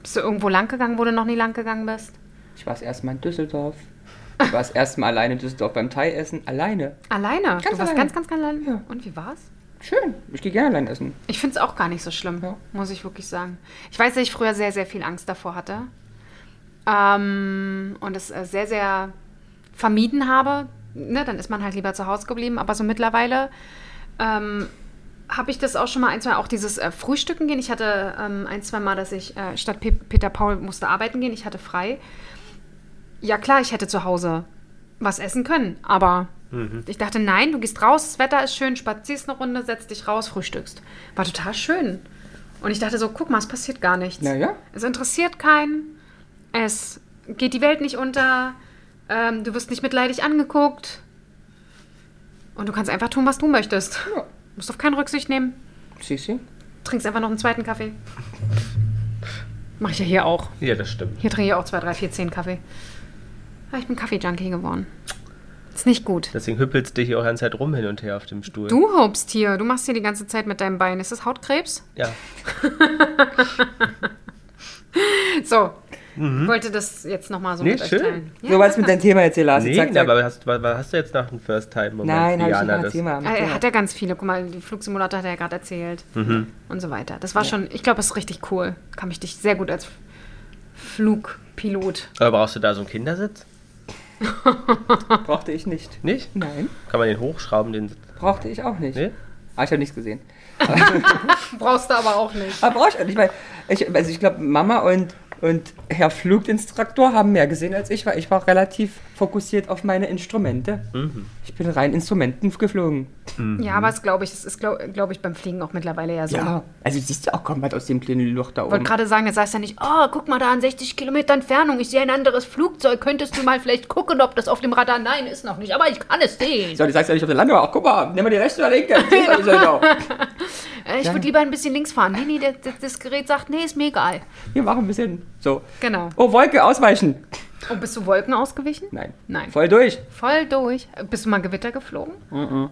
S3: Bist du irgendwo lang gegangen, wo du noch nie lang gegangen bist?
S1: Ich war das erste Mal in Düsseldorf. Ich war
S3: [laughs]
S1: das erste Mal alleine in Düsseldorf beim Thai-Essen. Alleine.
S3: Alleine. du
S1: Ganz
S3: warst
S1: alleine.
S3: ganz, ganz, ganz alleine.
S1: Ja.
S3: Und wie war's?
S1: Schön. Ich gehe gerne allein essen.
S3: Ich finde es auch gar nicht so schlimm,
S1: Ja.
S3: muss ich wirklich sagen. Ich weiß, dass ich früher sehr, sehr viel Angst davor hatte. Ähm, und es äh, sehr, sehr vermieden habe. Ne, dann ist man halt lieber zu Hause geblieben. Aber so mittlerweile ähm, habe ich das auch schon mal ein, zwei, auch dieses äh, Frühstücken gehen. Ich hatte ähm, ein, zwei Mal, dass ich äh, statt Pe Peter Paul musste arbeiten gehen. Ich hatte frei. Ja, klar, ich hätte zu Hause was essen können, aber Ich dachte, nein, du gehst raus, das Wetter ist schön, spazierst eine Runde, setzt dich raus, frühstückst. War total schön. Und ich dachte so, guck mal, es passiert gar nichts.
S1: Na ja.
S3: Es interessiert keinen, es geht die Welt nicht unter, ähm, du wirst nicht mitleidig angeguckt. Und du kannst einfach tun, was du möchtest.
S1: Ja.
S3: Musst auf keinen Rücksicht nehmen.
S1: Sisi?
S3: Trinkst einfach noch einen zweiten Kaffee. Mach ich ja hier auch.
S2: Ja, das stimmt.
S3: Hier trinke ich auch zwei, drei, vier, zehn Kaffee. Ah, ich bin Kaffee-Junkie geworden. Ist nicht gut.
S2: Deswegen hüppelst du hier auch die ganze Zeit rum hin und her auf dem Stuhl.
S3: Du hopst hier. Du machst hier die ganze Zeit mit deinem Bein. Ist das Hautkrebs?
S2: Ja.
S3: So. Ich wollte das jetzt nochmal so
S2: Nee,
S3: mit euch
S2: schön.
S3: teilen.
S1: so was mit deinem Thema jetzt hier, Lars.
S2: Nee,
S1: Zack, zack.
S2: aber hast, was, was hast du jetzt nach dem First-Time-Moment?
S1: Nein, habe ich
S2: Jana,
S1: nicht mal ein
S2: das-
S1: Thema.
S3: Ah, Er
S1: Thema.
S3: hat ja ganz viele. Guck mal, die Flugsimulator hat er ja gerade erzählt. Und so weiter. Das war schon, ich glaube, das ist richtig cool. Kann mich dich sehr gut als Flugpilot.
S2: Aber brauchst du da so einen Kindersitz?
S1: Brauchte ich nicht.
S2: Nicht?
S1: Nein,
S2: Kann man den hochschrauben, den Sitz?
S1: brauchte ich auch nicht.
S2: Nee?
S1: Aber ich habe nichts gesehen.
S3: Brauchst du aber auch nicht.
S1: Aber brauche ich auch nicht, weil ich, also ich glaube, Mama und, und Herr Fluginstruktor haben mehr gesehen als ich, weil ich war relativ fokussiert auf meine Instrumente. Ich bin rein Instrumenten geflogen.
S3: Ja, aber es glaube ich, es ist, glaube glaub ich, beim Fliegen auch mittlerweile ja so.
S1: Mhm. Ja, also siehst du auch komplett aus dem kleinen Loch da
S3: Ich wollte
S1: oben.
S3: gerade sagen, jetzt sagst du ja nicht, oh, guck mal da an 60 Kilometer Entfernung, ich sehe ein anderes Flugzeug, könntest du mal vielleicht gucken, ob das auf dem Radar, nein, ist noch nicht, aber ich kann es sehen.
S1: So, du sagst ja nicht auf der Landung, ach guck mal, nimm mal die rechte oder linke. Siehst du, ich sag, genau.
S3: Äh, ich würde lieber ein bisschen links fahren. Nee, nee, das, das, das Gerät sagt, nee, ist mir egal.
S1: Wir machen ein bisschen so.
S3: Genau.
S1: Oh, Wolke, ausweichen.
S3: Und bist du Wolken ausgewichen?
S1: Nein. Mhm.
S3: Nein.
S1: Voll durch.
S3: Voll durch. Äh, Bist du mal Gewitter geflogen? Mhm.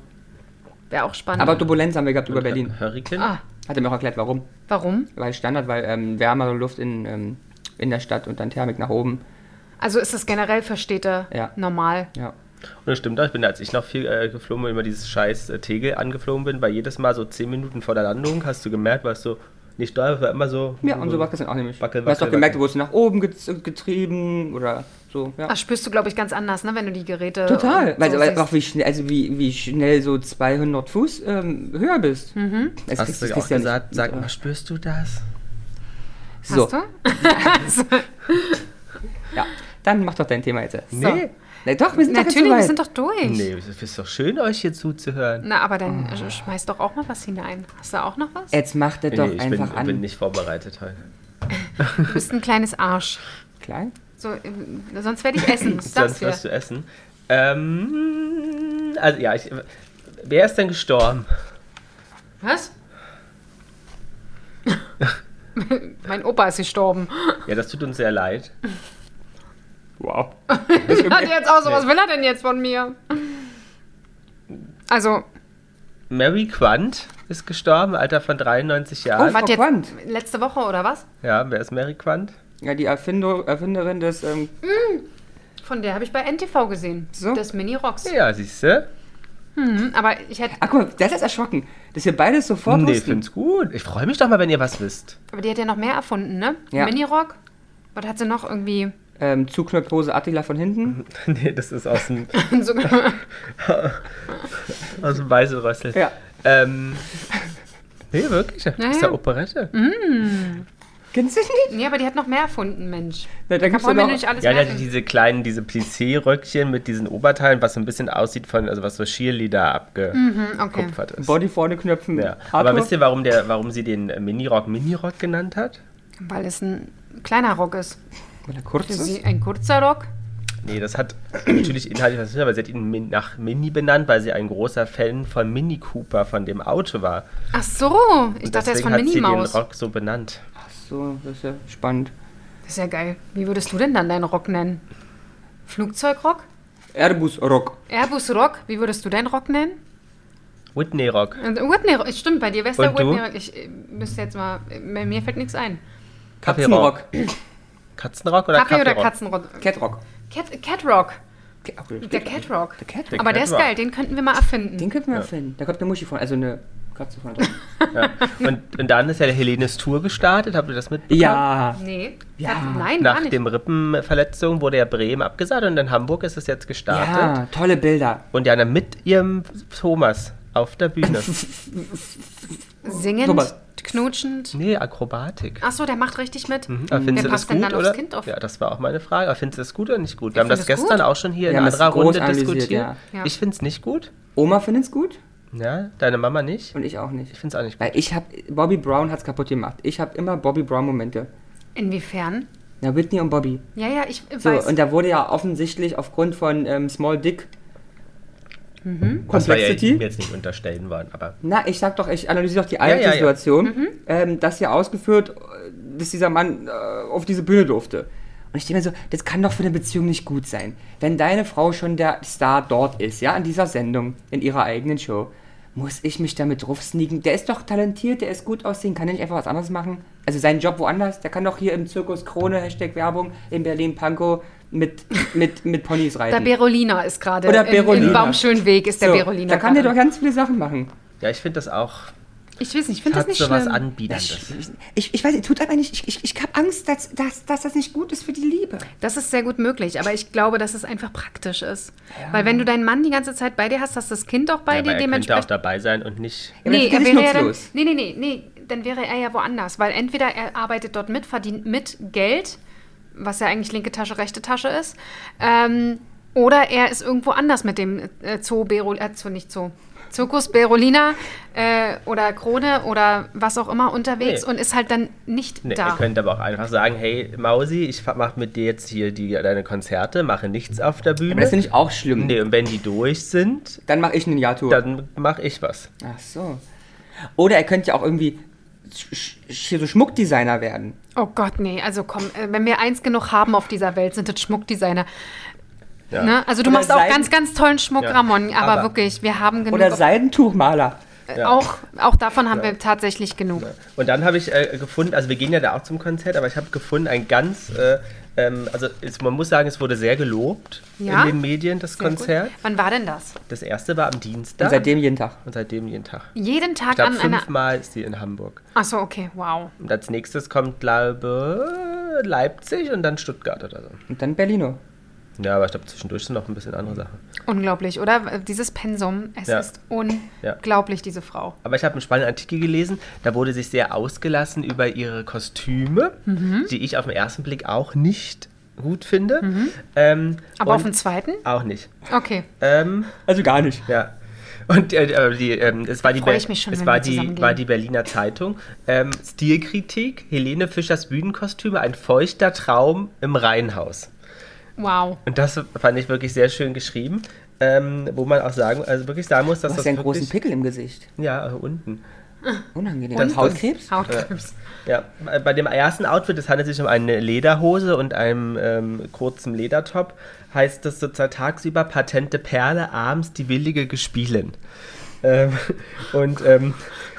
S3: Wäre auch spannend.
S1: Aber Turbulenz haben wir gehabt über Berlin.
S2: Hurricane?
S3: ah,
S1: Hat er mir auch erklärt, warum.
S3: warum?
S1: Weil Standard, weil ähm, wärmere Luft in, ähm, in der Stadt und dann Thermik nach oben.
S3: Also ist das generell für Städte
S1: Ja.
S3: normal?
S1: Ja.
S2: Und das stimmt auch. Ich bin, als ich noch viel äh, geflogen bin, immer dieses scheiß äh, Tegel angeflogen bin, weil jedes Mal so 10 Minuten vor der Landung hast du gemerkt, warst so nicht da, war immer so.
S1: Ja, und so war das dann auch nämlich.
S2: Wackel,
S1: du hast doch
S2: wackel,
S1: gemerkt,
S2: wackel.
S1: du wurdest nach oben gez- getrieben oder so. Ja.
S3: Ach, spürst du, glaube ich, ganz anders, ne, wenn du die Geräte.
S1: Total.
S3: So
S1: weil, weil
S3: siehst.
S1: auch wie schnell, also wie, wie schnell so 200 Fuß ähm, höher bist. Mhm. Das
S2: Hast du auch gesagt, sag mal, spürst du das?
S1: so.
S3: Hast du?
S1: Ja. Dann mach doch dein Thema jetzt. erst.
S2: Nee.
S1: Nee, doch, wir sind doch
S3: Natürlich, wir
S1: jetzt
S3: sind
S1: soweit.
S3: doch durch.
S2: Nee, es ist doch schön, euch hier zuzuhören.
S3: Na, aber dann
S1: Ah.
S3: sch- schmeiß doch auch mal was hinein. Hast du auch noch was?
S1: Jetzt mach das doch
S2: nee, ich
S1: einfach
S2: bin,
S1: an.
S2: bin nicht vorbereitet heute.
S3: Du bist ein kleines Arsch.
S1: Klein?
S3: So, ähm, sonst
S1: [laughs]
S3: werde ich essen. Ich sag's
S2: Sonst
S3: dir.
S2: wirst du essen. Ähm, also ja, ich, wer ist denn gestorben?
S3: Was?
S2: [laughs]
S3: mein Opa ist gestorben.
S2: Ja, das tut uns sehr leid.
S1: Wow.
S3: Hat jetzt auch so, was will er denn jetzt von mir? Also,
S2: Mary Quant ist gestorben, Alter von 93
S1: Oh,
S2: Jahren.
S1: Frau
S3: was jetzt?
S1: Quandt.
S3: Letzte Woche oder was?
S2: Ja, wer ist Mary Quant?
S1: Ja, die Erfinder, Erfinderin des. Ähm,
S3: Von der habe ich bei NTV gesehen.
S1: So.
S3: Des Mini-Rocks.
S2: Ja, siehst du?
S3: Hm, aber ich hätte,
S1: ach, guck mal, das ist erschrocken, dass wir beides sofort
S2: Nee,
S1: wussten.
S2: find's gut. Ich freue mich doch mal, wenn ihr was wisst. [laughs]
S3: aber die hat ja noch mehr erfunden, ne?
S1: Ja.
S3: Mini-Rock. Was hat sie noch irgendwie? [laughs]
S1: Ähm, Zuknöpfhose Attila von
S2: Mhm.
S1: hinten.
S2: nee, das ist aus dem,
S3: So,
S1: [laughs]
S2: aus dem Weißen Rössel.
S1: Ja.
S2: Ähm, nee, wirklich. Das
S3: Naja.
S2: ist ja Operette.
S3: Mhm.
S1: Kennst du nicht?
S3: nee, aber die hat noch mehr erfunden, Mensch.
S1: Na, da
S3: Kann
S1: gibt's
S3: man
S1: doch
S3: mir
S1: noch-
S3: nicht alles
S2: Ja, der
S3: merken.
S2: hatte diese kleinen, diese Plissé-Röckchen mit diesen Oberteilen, was so ein bisschen aussieht von, also was so Cheerleader abgekupfert
S3: Mhm, okay.
S2: ist.
S1: Body vorne knöpfen.
S2: ja.
S1: Hardcore.
S2: Aber wisst ihr, warum, der, warum sie den äh, Minirock Minirock genannt hat?
S3: Weil es ein kleiner Rock ist.
S1: Oder
S3: Für
S1: kurzes?
S3: sie ein kurzer Rock.
S2: Nee, das hat [clears throat] natürlich inhaltlich was zu tun, aber sie hat ihn min nach Mini benannt, weil sie ein großer Fan von Mini Cooper, von dem Auto war.
S3: Ach so, ich
S2: Und
S3: dachte, er ist
S2: deswegen
S3: von
S2: hat sie den
S3: Minimaus. Das
S2: Rock so benannt.
S1: Ach so, das ist ja spannend.
S3: ist ja geil. Wie würdest du denn dann deinen Rock nennen? Flugzeugrock?
S1: Airbus Rock.
S3: Airbus Rock? Wie würdest du deinen Rock nennen?
S2: Whitney Rock.
S3: Und Whitney Rock. Stimmt, bei dir wär's der
S2: Und du?
S3: Whitney Rock. Ich äh, müsste jetzt mal. äh, Mir fällt nichts ein.
S2: Kaffeerock. Katzenrock oder
S3: Kaffee oder
S2: Kaffeerock?
S3: Katzenrock?
S1: Catrock.
S3: Cat, Cat Rock.
S1: Ca- ach, steht
S3: Der
S1: da.
S3: Cat Rock.
S1: Der Cat
S2: Der
S1: Rock.
S3: Aber der
S2: Cat
S3: ist
S2: Rock.
S3: geil, den könnten wir mal erfinden.
S1: Den könnten wir erfinden. Da kommt eine Muschi von, also eine Katze
S2: [laughs]
S1: von.
S2: Und, und dann ist ja Helenes Tour gestartet, habt ihr das mitbekommen?
S1: ja.
S3: Nee.
S1: Ja.
S3: Kat- Nein,
S2: Nach
S3: gar nicht.
S2: dem Rippenverletzung wurde ja Bremen abgesagt und in Hamburg ist es jetzt gestartet.
S1: Ja, tolle Bilder.
S2: Und Jana mit ihrem Thomas. Auf
S1: [laughs]
S2: der Bühne.
S3: Singend,
S1: Thomas.
S3: knutschend.
S2: Nee, Akrobatik.
S3: Achso, der macht richtig mit.
S2: Aber findest
S3: Wer
S2: du das
S3: passt
S2: gut,
S3: denn dann
S2: oder?
S3: aufs Kind auf?
S2: Ja, das war auch meine Frage. Aber findest du das gut oder nicht gut? Wir haben
S3: find
S2: das
S3: das
S2: gestern
S3: gut.
S2: auch schon hier
S1: Wir
S2: in
S1: haben das
S2: anderer Runde
S1: groß analysiert,
S2: diskutiert.
S3: ja. Ja.
S2: Ich finde es nicht gut.
S1: Oma findet es gut
S2: Ja, deine Mama nicht.
S1: und ich auch nicht.
S2: Ich finde es auch nicht gut.
S1: Weil ich habe, Bobby Brown hat's kaputt gemacht. Ich habe immer Bobby Brown-Momente.
S3: Inwiefern?
S1: Na, Whitney und Bobby.
S3: Ja, ja, ich
S1: So,
S3: weiß.
S1: und da wurde ja offensichtlich aufgrund von ähm, Small Dick
S2: Was wir Mhm. ja
S1: Complexity.
S2: ihm jetzt nicht unterstellen wollen. Aber
S1: Na, ich sag doch, ich analysiere doch die
S2: ja, Mhm.
S1: alte
S2: ja.
S1: Situation, ähm, dass hier ausgeführt, äh, dass dieser Mann äh, auf diese Bühne durfte. Und ich denke mir so, das kann doch für eine Beziehung nicht gut sein. Wenn deine Frau schon der Star dort ist, ja, in dieser Sendung, in ihrer eigenen Show, muss ich mich damit drauf sneaken? Der ist doch talentiert, der ist gut aussehen, kann der nicht einfach was anderes machen? Also seinen Job woanders, der kann doch hier im Zirkus Krone, Hashtag Werbung, in Berlin-Pankow mit, mit, mit Ponys reiten.
S3: der Berolina ist gerade.
S1: Oder
S3: im- Im
S1: Berolina.
S3: Baumschönweg ist der
S1: So,
S3: Berolina.
S1: Da kann der doch
S3: gerade.
S1: ganz viele Sachen machen.
S2: ja, ich finde das auch.
S3: Ich weiß nicht, ich finde das
S2: Hat
S3: nicht
S2: so was
S3: schlimm.
S2: Anbieterndes.
S1: Ich, ich weiß nicht, tut einfach nicht. Ich, ich, ich habe Angst, dass, dass, dass das nicht gut ist für die Liebe.
S3: Das ist sehr gut möglich, aber ich glaube, dass es einfach praktisch ist. Weil wenn du deinen Mann die ganze Zeit bei dir hast, hast das Kind auch bei
S2: Ja, aber
S3: dir
S2: er könnte auch
S3: dementsprechend.
S2: dabei sein und nicht.
S1: Ja, aber das Kind ist
S3: ja dann,
S1: nutzlos.
S3: nee, nee, nee, nee, dann wäre er ja woanders, weil entweder er arbeitet dort mit, verdient mit Geld, was ja eigentlich linke Tasche, rechte Tasche ist, ähm, oder er ist irgendwo anders mit dem äh, Zoo Berol, äh, Zoo, nicht Zoo, Zirkus Berolina äh, oder Krone oder was auch immer unterwegs
S2: Nee.
S3: und ist halt dann nicht
S2: Nee,
S3: da.
S2: ihr könnt aber auch einfach sagen, hey Mausi, ich mache mit dir jetzt hier die, deine Konzerte, mache nichts auf der Bühne.
S1: Aber das finde ich auch schlimm.
S2: nee, und wenn die durch sind,
S1: Dann mache ich einen Jahrtour.
S2: dann mache ich was.
S1: Ach so. Oder er könnte ja auch irgendwie sch- sch- hier so Schmuckdesigner werden.
S3: Oh Gott, nee, also komm, äh, wenn wir eins genug haben auf dieser Welt, sind das Schmuckdesigner.
S2: Ja.
S3: Ne? Also du
S1: Oder
S3: machst auch
S1: Seiden-
S3: ganz, ganz tollen Schmuck,
S2: Ja,
S3: Ramon, aber,
S2: aber-
S3: wirklich, wir haben genug.
S1: Oder Seidentuchmaler.
S3: Äh, auch, auch davon haben wir tatsächlich genug.
S2: Und dann habe ich äh, gefunden, also wir gehen ja da auch zum Konzert, aber ich habe gefunden, ein ganz, äh, ähm, also es, man muss sagen, es wurde sehr gelobt
S3: Ja?
S2: in den Medien, das
S3: Sehr
S2: Konzert.
S3: Gut. Wann war denn das?
S2: Das erste war am Dienstag
S1: Und seitdem jeden Tag.
S2: und seitdem jeden Tag.
S3: Jeden Tag
S2: Ich glaube,
S3: an einer.
S2: fünfmal ist die in Hamburg.
S3: Achso, okay, wow.
S2: Und als nächstes kommt, glaube Leipzig und dann Stuttgart oder so.
S1: Und dann Berlino.
S2: Ja, aber ich glaube, zwischendurch sind noch ein bisschen andere Sachen.
S3: Unglaublich, oder? Dieses Pensum, es
S2: Ja.
S3: ist unglaublich, diese Frau.
S2: Aber ich habe einen spannenden Artikel gelesen, da wurde sich sehr ausgelassen über ihre Kostüme,
S3: Mhm.
S2: die ich auf den ersten Blick auch nicht gut finde. Ähm,
S3: Mhm. Aber auf
S2: und
S3: den zweiten?
S2: auch nicht.
S3: Okay.
S2: Ähm,
S1: Also gar nicht.
S2: ja. Und äh, äh, die, ähm, es war die,
S3: Freu
S2: Ber-
S3: ich mich schon,
S2: es
S3: wenn
S2: war
S3: wir
S2: die,
S3: zusammengehen.
S2: war die Berliner Zeitung. Ähm, Stilkritik: Helene Fischers Bühnenkostüme, ein feuchter Traum im Reihenhaus.
S3: Wow.
S2: Und das fand ich wirklich sehr schön geschrieben, ähm, wo man auch sagen, also wirklich sagen muss, dass
S1: Du hast
S2: das
S1: ja einen
S2: wirklich,
S1: großen Pickel im Gesicht.
S2: ja äh, unten.
S1: Unangenehm.
S2: Und-
S1: Hautkrebs?
S3: Hautkrebs.
S2: Ja, bei- bei dem ersten Outfit, es handelt sich um eine Lederhose und einem ähm, kurzen Ledertop, heißt das sozusagen tagsüber patente Perle, abends die willige Gespielen. Ähm, und ähm,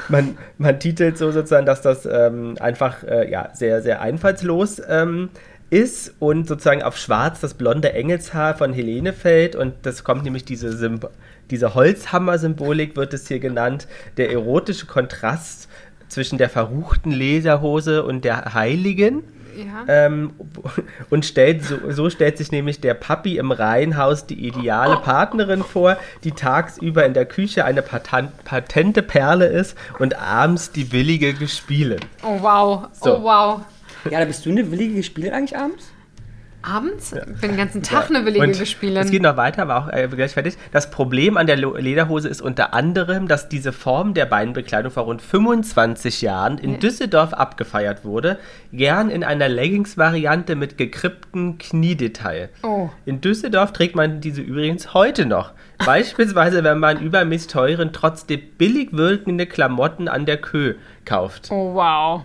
S2: man, man titelt so sozusagen, dass das ähm, einfach äh, ja, sehr, sehr einfallslos ähm, ist und sozusagen auf schwarz das blonde Engelshaar von Helene fällt und das kommt nämlich diese, Symb diese Holzhammer-Symbolik, wird es hier genannt, der erotische Kontrast zwischen der verruchten Lederhose und der heiligen.
S3: Ja.
S2: Ähm, und stellt, so, so stellt sich nämlich der Papi im Reihenhaus die ideale Partnerin vor, die tagsüber in der Küche eine Patan patente Perle ist und abends die willige Gespielin.
S3: Oh wow.
S2: So.
S3: Oh wow.
S1: Ja, da bist du eine willige Spielerin eigentlich abends?
S3: Abends? Ich bin den ganzen Tag eine willige
S2: Und
S3: Gespielin.
S2: Es geht noch weiter, aber auch äh, gleich fertig. Das Problem an der Lo- Lederhose ist unter anderem, dass diese Form der Beinbekleidung vor rund 25 Jahren in Düsseldorf abgefeiert wurde, gern in einer Leggings-Variante mit gekripptem Kniedetail.
S3: Oh.
S2: In Düsseldorf trägt man diese übrigens heute noch. Beispielsweise, wenn man übermäßig teuren, trotzdem billig wirkende Klamotten an der Kö kauft.
S3: oh wow.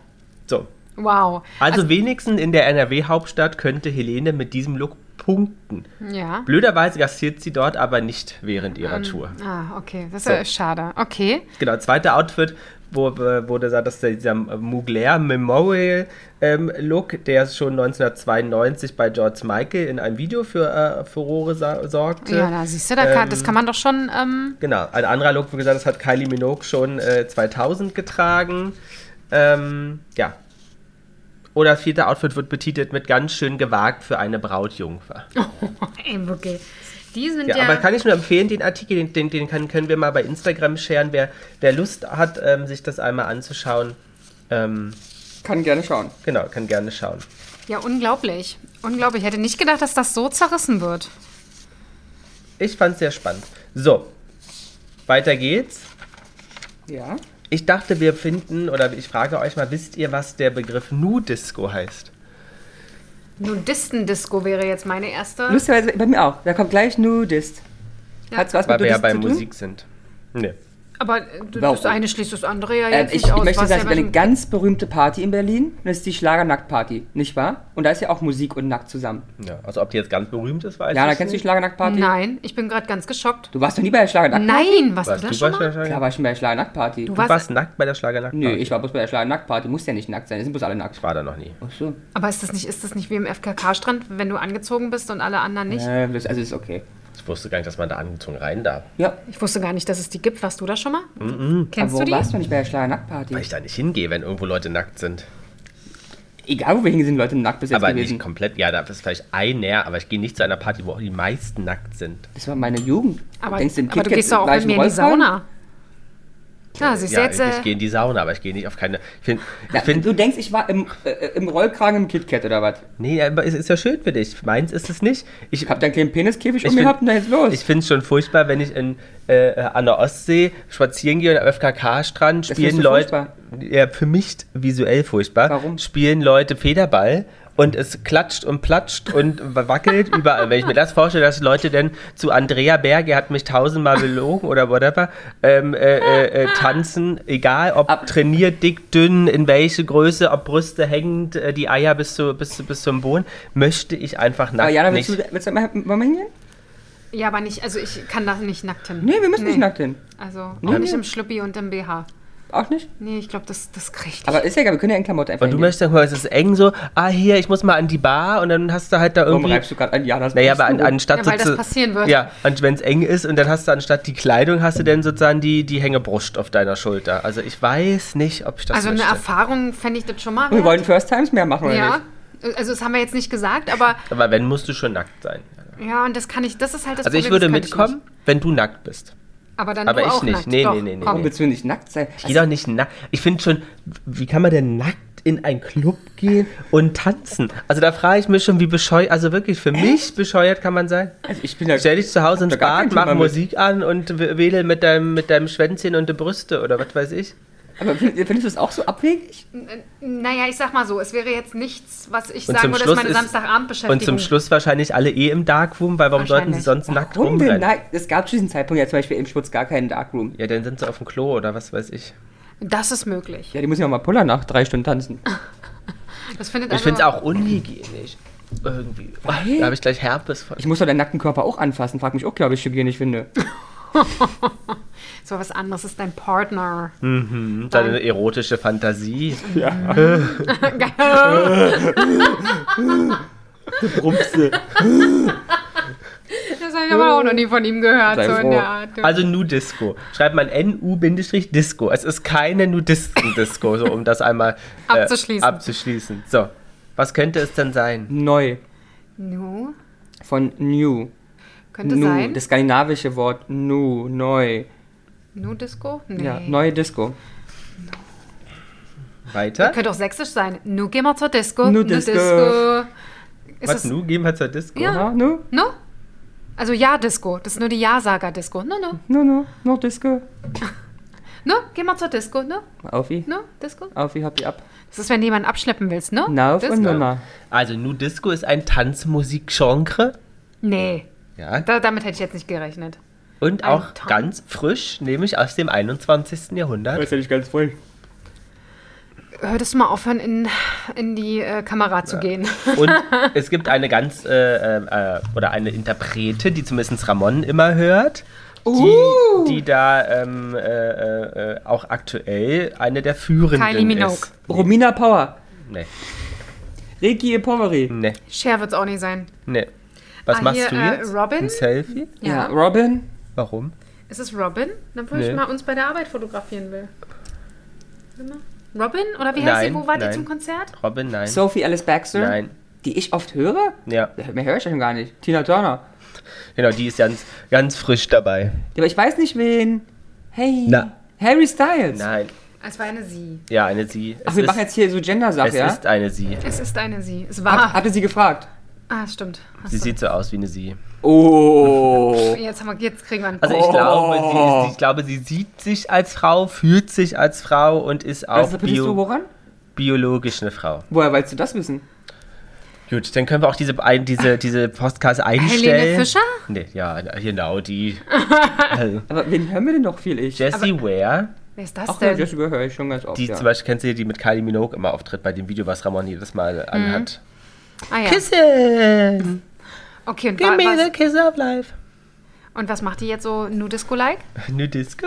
S2: So.
S3: Wow.
S2: Also, wenigstens in der NRW-Hauptstadt könnte Helene mit diesem Look punkten.
S3: Ja.
S2: Blöderweise gastiert sie dort aber nicht während ihrer Tour.
S3: Ah, okay. Das ist ja schade. Okay.
S2: Genau, zweiter Outfit, wo, äh, wurde gesagt, dass dieser Mugler Memorial ähm, Look, der schon 1992 bei George Michael in einem Video für äh, Furore sa- sorgte.
S3: Ja, da siehst du, da kann, das kann man doch schon. Ähm,
S2: Genau, ein anderer Look, wie gesagt, das hat Kylie Minogue schon äh, 2000 getragen. Ähm, ja. Oder das vierte Outfit wird betitelt mit ganz schön gewagt für eine Brautjungfer.
S3: Ey, wirklich. Die sind ja.
S2: Ja, aber kann ich nur empfehlen, den Artikel, den, den, den kann, können wir mal bei Instagram scheren. Wer, wer Lust hat, ähm, sich das einmal anzuschauen, ähm,
S1: Kann gerne schauen.
S2: genau, kann gerne schauen.
S3: ja, unglaublich. Unglaublich. Ich hätte nicht gedacht, dass das so zerrissen wird.
S2: Ich fand es sehr spannend. So, weiter geht's.
S1: Ja.
S2: Ich dachte, wir finden, oder ich frage euch mal, wisst ihr, was der Begriff Nu-Disco heißt?
S3: Nudistendisco wäre jetzt meine erste.
S1: Lustigerweise bei mir auch. Da kommt gleich Nudist. Hat's was
S2: Weil
S1: mit
S2: wir ja
S1: Nudist
S2: bei
S1: zu tun?
S2: Musik sind. Nee.
S3: aber äh, du-
S1: Warum?
S3: das eine schließt das andere ja
S1: Ähm,
S3: jetzt
S1: ich,
S3: nicht
S1: ich
S3: aus.
S1: möchte
S3: was
S1: sagen,
S3: ja
S1: es wäre
S3: bei-
S1: eine ganz berühmte Party in Berlin. Das ist die Schlagernackparty, nicht wahr? Und da ist ja auch Musik und Nackt zusammen.
S2: Ja, also ob die jetzt ganz berühmt ist, weiß ich
S1: Ja, da kennst du die Schlagernackparty?
S3: Nein, ich bin gerade ganz geschockt.
S1: Du warst noch nie bei der Schlagernackparty?
S3: Nein, was
S2: Warst
S3: ist
S2: du,
S3: das
S2: bei
S3: schon mal?
S2: der Schlager-
S1: Klar war ich schon bei der Schlagernackparty.
S3: Du
S2: du
S3: warst,
S2: warst nackt bei der Schlagernackparty?
S1: Nö, ich war bloß bei der Schlagernackparty. Muss ja nicht nackt sein, es sind bloß alle nackt.
S2: Ich war da noch nie.
S1: Ach so.
S3: aber ist das nicht, ist das nicht wie im FKK-Strand, wenn du angezogen bist und alle anderen nicht?
S1: Äh, das, also ist okay.
S2: Ich wusste gar nicht, dass man da angezogen rein darf.
S1: Ja,
S3: Ich wusste gar nicht, dass es die gibt. Warst du da schon mal?
S1: aber
S2: Mhm.
S3: Kennst du
S1: warum
S3: die?
S1: warst du nicht bei der Schlagernackparty?
S2: Weil ich da nicht hingehe, wenn irgendwo Leute nackt sind.
S1: Egal, wo wir hingehen, sind Leute nackt bis jetzt
S2: aber
S1: gewesen.
S2: nicht komplett. Ja, da ist vielleicht einer, aber ich gehe nicht zu einer Party, wo auch die meisten nackt sind.
S1: Das war meine Jugend.
S3: Aber,
S1: Denkst du, dem
S3: aber
S1: Kind
S3: du
S1: geht's
S3: gehst doch auch
S1: gleich
S3: mit mir
S1: einen
S3: in die
S1: Rollkragen?
S3: Sauna. Ja, siehst du
S2: Ja,
S3: jetzt.
S2: ich, ich
S3: Äh,
S2: gehe in die Sauna, aber ich gehe nicht auf keine. Ich finde,
S1: Ja,
S2: ich find,
S1: du denkst, ich war im, äh, im Rollkragen im KitKat oder was?
S2: nee, aber es ist ja schön für dich. Meins ist es nicht. Ich,
S1: Ich hab da einen kleinen Peniskäfig um
S2: Ich
S1: mir
S2: find-
S1: gehabt und dann jetzt los.
S2: Ich finde es schon furchtbar, wenn ich in, äh, äh, an der Ostsee spazieren gehe und am FKK-Strand
S1: Das
S2: spielen
S1: findest du
S2: Leute. Ja, für mich visuell furchtbar.
S1: Warum?
S2: Spielen Leute Federball und es klatscht und platscht und [laughs] wackelt überall. Wenn ich mir das vorstelle, dass Leute denn zu Andrea Berge hat mich tausendmal belogen oder whatever, ähm, äh, äh, äh, tanzen, egal ob
S1: Ab-
S2: trainiert, dick, dünn, in welche Größe, ob Brüste hängend, äh, die Eier bis, zu, bis, zu- bis zum Boden, möchte ich einfach nackt
S1: aber Jana,
S2: nicht.
S1: willst du, willst du mal, wollen wir hingehen?
S3: ja, aber nicht, also ich kann da nicht nackt hin.
S1: Nee, wir müssen nicht nackt hin.
S3: Also
S1: Nee,
S3: auch nicht
S1: nee.
S3: im Schlüppi und im BH.
S1: Auch nicht?
S3: Nee, ich glaube, das, das kriegt ich.
S1: Aber ist ja egal, wir können ja in Klamotten einfach
S2: Und du
S1: hingehen.
S2: möchtest dann, guck mal, es ist eng so, ah hier, ich muss mal an die Bar und dann hast du halt da
S1: Warum
S2: irgendwie.
S1: reibst du gerade an Janas
S2: Naja, aber an,
S1: Brüsten rum?
S2: anstatt
S3: Ja, weil das
S2: sozu-
S3: passieren wird.
S2: Ja, und wenn es eng ist und dann hast du anstatt die Kleidung, hast du dann sozusagen die, die Hängebrust auf deiner Schulter. Also ich weiß nicht, ob ich das
S3: also eine
S2: möchte.
S3: Erfahrung fände ich das schon mal.
S1: Wir
S3: wert.
S1: wollen First Times mehr machen, oder
S3: ja,
S1: nicht?
S3: also das haben wir jetzt nicht gesagt, aber
S2: aber wenn, musst du schon nackt sein.
S3: ja, und das kann ich, das ist halt das
S2: Also ich
S3: Problem,
S2: würde
S3: das kann
S2: mitkommen,
S3: nicht.
S2: wenn du nackt bist.
S3: aber dann
S2: aber
S3: du
S2: ich
S3: auch
S2: nicht.
S3: Nackt.
S2: Nee,
S3: Doch,
S2: nee, nee, nee,
S3: komm.
S1: Warum willst du nicht nackt sein?
S2: Geh
S3: Also
S2: doch nicht nackt. Ich finde schon, wie kann man denn nackt in einen Club gehen und tanzen? Also da frage ich mich schon, wie bescheuert, also wirklich, für mich bescheuert kann man sein.
S1: Also ich bin ja...
S2: Stell dich zu Hause ins
S1: Hab da gar
S2: Bad,
S1: kein
S2: mach
S1: Thema mit.
S2: Musik an und w- wedel mit deinem, mit deinem Schwänzchen und der Brüste oder was weiß ich.
S1: Aber find- findest du es auch so abwegig?
S3: Äh, Naja, ich sag mal so, es wäre jetzt nichts, was ich
S2: Und zum
S3: sagen würde,
S2: Schluss
S3: ist meine
S2: ist-
S3: Samstagabendbeschäftigung.
S2: Und zum Schluss wahrscheinlich alle eh im Darkroom, weil warum sollten sie
S3: Wahrscheinlich.
S2: sonst nackt
S1: Warum denn?
S2: rumrennen?
S1: Nein, es gab zu diesem Zeitpunkt ja zum Beispiel im Schutz gar keinen Darkroom.
S2: Ja, dann sind sie auf dem Klo oder was weiß ich.
S3: Das ist möglich.
S1: Ja, die müssen ja mal pullern nach drei Stunden tanzen.
S3: Das findet
S2: Ich
S3: also-
S2: finde es auch unhygienisch. Irgendwie. Oh, da habe ich gleich Herpes von.
S1: Ich muss doch deinen nackten Körper auch anfassen. Frag mich auch, glaube ich, hygienisch finde.
S3: so was anderes ist dein Partner.
S2: Deine erotische Fantasie.
S1: Rumpse.
S3: Das habe ich aber auch noch nie von ihm gehört,
S1: Sei
S3: so in
S1: froh.
S3: der Art.
S2: Also Nu-Disco. Schreibt man NU-Disco. Es ist keine Nudisten-Disco, so um das einmal äh,
S3: Abzuschließen.
S2: abzuschließen. So, was könnte es denn sein?
S1: Neu.
S3: Nu,
S1: Von new.
S3: könnte
S1: nu.
S3: sein.
S1: Das skandinavische Wort nu, neu.
S3: Nu-Disco? Nee.
S1: Ja, neue Disco.
S2: Weiter?
S3: Könnte auch sächsisch sein. Nu gehen wir zur Disco.
S1: Nu Disco.
S3: Ist
S2: Was,
S3: Was,
S2: Nu? Gehen wir zur Disco?
S3: Ja.
S1: Ja, nu,
S3: Nu? Also Ja-Disco. Das ist nur die Ja-Sager-Disco. Nu, nu.
S1: nu, nu, no Disco.
S3: Nu, gehen wir zur Disco. Nu,
S1: Aufi,
S3: nu, Disco.
S1: Aufi, habt ihr ab.
S3: Das ist, wenn jemand abschleppen willst, ne?
S1: Nauf
S3: Disco.
S1: und Nunna.
S2: Also Nu Disco ist ein Tanzmusikgenre.
S3: Nee,
S2: Ja.
S3: da, damit hätte ich jetzt nicht gerechnet.
S2: Und
S3: Ein
S2: auch
S3: Tanz-
S2: ganz frisch, nämlich aus dem 21. Jahrhundert.
S1: ja nicht ganz voll.
S3: Hörtest du mal aufhören, in, in die äh, Kamera zu gehen? [laughs]
S2: Und es gibt eine ganz, äh, äh, äh, oder eine Interprete, die zumindest Ramon immer hört, die,
S3: Uh.
S2: die da ähm, äh, äh, äh, auch aktuell eine der führenden
S3: Kylie Minogue.
S2: ist.
S1: Romina Power.
S2: Nee,
S1: Ricky Epoveri.
S2: nee,
S3: Cher wird es auch nicht sein.
S2: nee. Ne, Was
S3: Ah,
S2: machst
S3: hier,
S2: du
S3: äh,
S2: jetzt? Hm?
S3: Robin?
S2: Ein Selfie?
S1: Ja. Robin.
S2: Warum?
S3: Ist es Robin? Dann würde
S2: Nee.
S3: ich mal uns bei der Arbeit fotografieren will. Robin? Oder wie heißt
S2: Nein,
S3: sie? Wo war die
S2: nein.
S3: zum Konzert?
S2: Robin, nein.
S1: Sophie Alice Baxter,
S2: Nein.
S1: die ich oft höre?
S2: Ja,
S1: Mehr höre ich ja schon gar nicht. Tina Turner.
S2: genau, die ist ganz, ganz frisch dabei.
S1: Ja, Aber ich weiß nicht wen. Hey.
S2: Na.
S1: Harry Styles.
S2: Nein,
S3: Es war eine Sie.
S2: ja, eine sie. Es
S1: Ach, wir
S2: ist,
S1: machen jetzt hier so
S2: es
S1: Gender-Sache, ja?
S2: ist eine sie.
S3: Es ist eine Sie. Es
S1: Hat,
S3: war.
S1: hatte sie gefragt.
S3: ah, stimmt. Hast
S2: Sie
S3: du-
S2: sieht so aus wie eine sie.
S1: [laughs] Oh.
S3: jetzt, haben wir, jetzt kriegen wir einen
S2: Also ich
S1: Oh.
S2: glaube, sie, ich glaube, sie sieht sich als Frau, fühlt sich als Frau und ist auch
S1: Also, bist du
S2: bio,
S1: woran?
S2: biologisch eine Frau.
S1: Woher willst du das wissen?
S2: Gut, dann können wir auch diese, ein, diese, diese Podcast einstellen.
S3: Helene Fischer?
S2: Nee, ja, genau, die. also,
S1: Aber wen hören wir denn noch viel ich?
S2: Jessie Ware,
S3: Wer ist das
S1: Ach ja,
S3: denn?
S1: das überhöre ich schon ganz oft.
S2: die
S1: ja.
S2: zum Beispiel, kennst du die mit Kylie Minogue immer auftritt bei dem Video, was Ramon jedes Mal anhat.
S3: ah, ja.
S2: Kissen!
S3: Okay, und,
S2: Give
S3: wa
S2: me the
S3: was,
S2: kiss of life.
S3: und was macht die jetzt so Nudisco-like?
S2: Nudisco?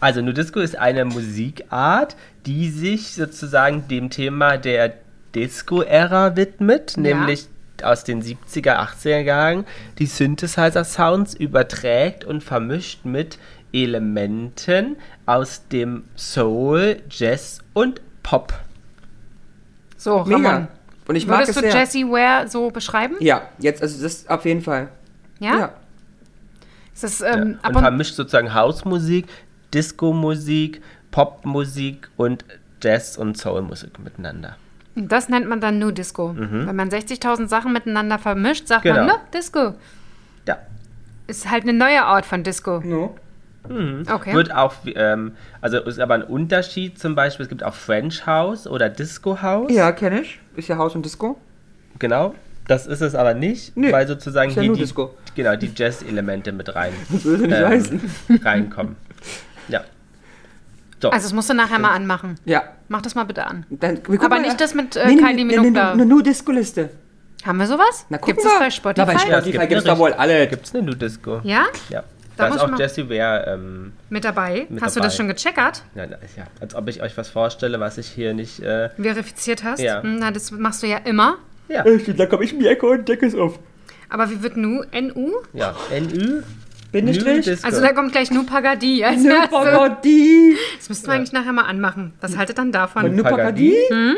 S2: Also Nudisco ist eine Musikart, die sich sozusagen dem Thema der Disco-Ära widmet,
S3: Ja.
S2: nämlich aus den 70er, 80er Jahren, die Synthesizer-Sounds überträgt und vermischt mit Elementen aus dem Soul, Jazz und Pop.
S3: So, Ramon.
S1: Mega. Und ich mag es
S3: Würdest du
S1: sehr.
S3: Jessie Ware so beschreiben?
S1: ja, jetzt, also das auf jeden Fall.
S3: Ja?
S1: ja.
S3: Ist das,
S2: Ja.
S3: ähm,
S2: Und
S3: ab und
S2: vermischt sozusagen Hausmusik, Disco-Musik, Popmusik und Jazz- und Soul-Musik miteinander.
S3: und das nennt man dann Nudisco. Wenn man 60.000 Sachen miteinander vermischt, sagt man,
S2: Mhm. Genau.
S3: ne, Disco.
S2: Ja.
S3: Ist halt eine neue Art von Disco.
S1: No. Mhm.
S3: Okay.
S2: Wird auch, ähm, also ist aber ein Unterschied zum Beispiel, es gibt auch French House oder Disco House.
S1: Ja, kenne ich. Ist ja Haus und Disco.
S2: Genau. Das ist es aber nicht,
S1: Nee,
S2: weil sozusagen
S1: ist ja
S2: hier
S1: nur
S2: die,
S1: Disco.
S2: genau, die Jazz-Elemente mit
S1: [laughs]
S2: rein, ähm,
S1: würde nicht heißen.
S2: reinkommen. Ja. So.
S3: also das musst du nachher mal anmachen.
S1: Ja.
S3: Mach das mal bitte an.
S1: Dann, wir gucken
S3: Aber
S1: mal-
S3: nicht das mit, äh, Kylie Minogue da.
S1: Eine ne, nur Disco-Liste.
S3: Haben wir sowas?
S1: Na, gucken
S3: Gibt es
S1: wir.
S3: das bei Spotify?
S1: Na, bei
S2: Ja, es
S1: Spotify
S2: gibt
S1: gibt's
S2: eine
S1: da wohl
S2: richtig-
S1: alle.
S2: Gibt's eine Nu-Disco?
S3: ja?
S2: Ja.
S3: Da
S2: Da,
S3: muss
S2: ist
S3: ich
S2: auch
S3: mal-
S2: Jessie Ware, ähm,
S3: Mit dabei?
S2: Mit
S3: Hast du
S2: dabei.
S3: das schon gecheckert?
S2: ja, na, ist ja, als ob ich euch was vorstelle, was ich hier nicht, äh,
S3: Verifiziert hast?
S2: Ja.
S3: Hm, Na, das machst du ja immer.
S2: ja.
S1: Da komme ich in die Ecke und decke es auf.
S3: Aber wie wird Nu? NU?
S2: Ja. NÜ,
S1: Bindestrich.
S2: Nu-Disco.
S3: Also da kommt gleich Nu
S1: [laughs]
S3: Pagadi. Als
S1: Eine
S3: erstes.
S1: Parodie.
S3: das müssten wir eigentlich nachher mal anmachen.
S1: Mhm.
S3: Was haltet dann
S1: Und
S3: davon?
S1: eine
S2: Parodie?
S1: Parodie?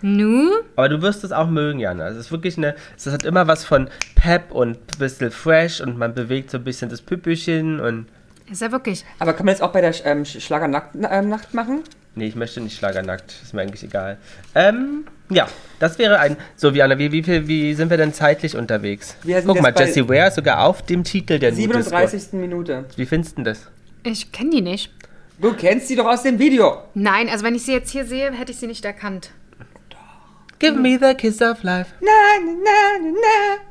S3: Nu?
S2: Aber du wirst es auch mögen, Jana. Es ist wirklich eine. Es hat immer was von Pep und ein bisschen fresh und man bewegt so ein bisschen das Püppelchen und.
S3: Ist ja wirklich.
S1: Aber kann man das auch bei der Sch- ähm, Sch- Schlagernacht ähm, Nacht machen?
S2: Nee, ich möchte nicht schlagernackt. Ist mir eigentlich egal. Ähm, ja, das wäre ein. So, Jana, wie, wie, viel, wie sind wir denn zeitlich unterwegs?
S1: Wir sind
S2: Guck
S1: jetzt
S2: mal,
S1: bei-
S2: Jessie Ware ist sogar auf dem Titel der Nudisco.
S1: 37. Minute.
S2: Wie findest du denn das?
S3: Ich kenne die nicht.
S1: Du kennst sie doch aus dem Video.
S3: Nein, also wenn ich sie jetzt hier sehe, hätte ich sie nicht erkannt.
S2: Give me the kiss of life.
S1: Na, na, na, na.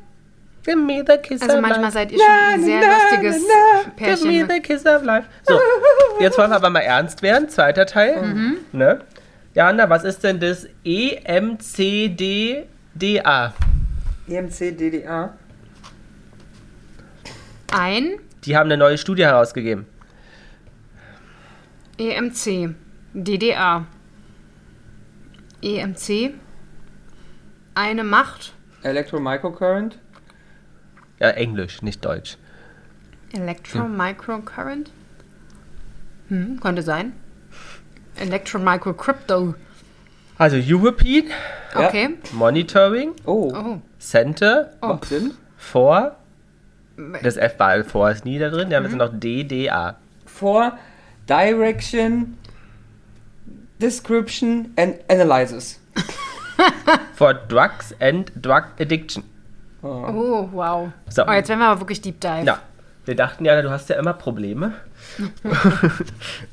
S2: Give me the kiss
S3: Also
S2: of
S3: manchmal
S2: life.
S3: seid ihr schon ein sehr lustiges
S2: Give me
S3: Pärchen.
S2: the kiss of life. ne? [laughs] So, jetzt wollen wir aber mal ernst werden. Zweiter Teil. Ne? Jana, was ist denn das E EMCDDA?
S1: EMC DDR.
S3: Ein
S2: Die haben eine neue Studie herausgegeben.
S3: E EMC. DDR. EMC. E Eine Macht.
S1: Electromicrocurrent.
S2: Ja, Englisch, nicht Deutsch.
S3: Electromicrocurrent? Hm, könnte sein. Electromicrocrypto.
S2: Also European
S1: Ja.
S3: Okay.
S2: Monitoring
S1: Oh,
S3: Oh.
S2: Center
S1: macht Sinn.
S2: for. Das F war vor ist nie da drin. Wir haben jetzt noch DDA.
S1: For Direction, Description and Analysis.
S2: For Drugs and Drug Addiction.
S3: Oh, wow.
S2: So.
S3: Oh, jetzt werden wir aber wirklich Deep Dive.
S2: Ja, wir dachten ja, du hast ja immer [laughs] Probleme.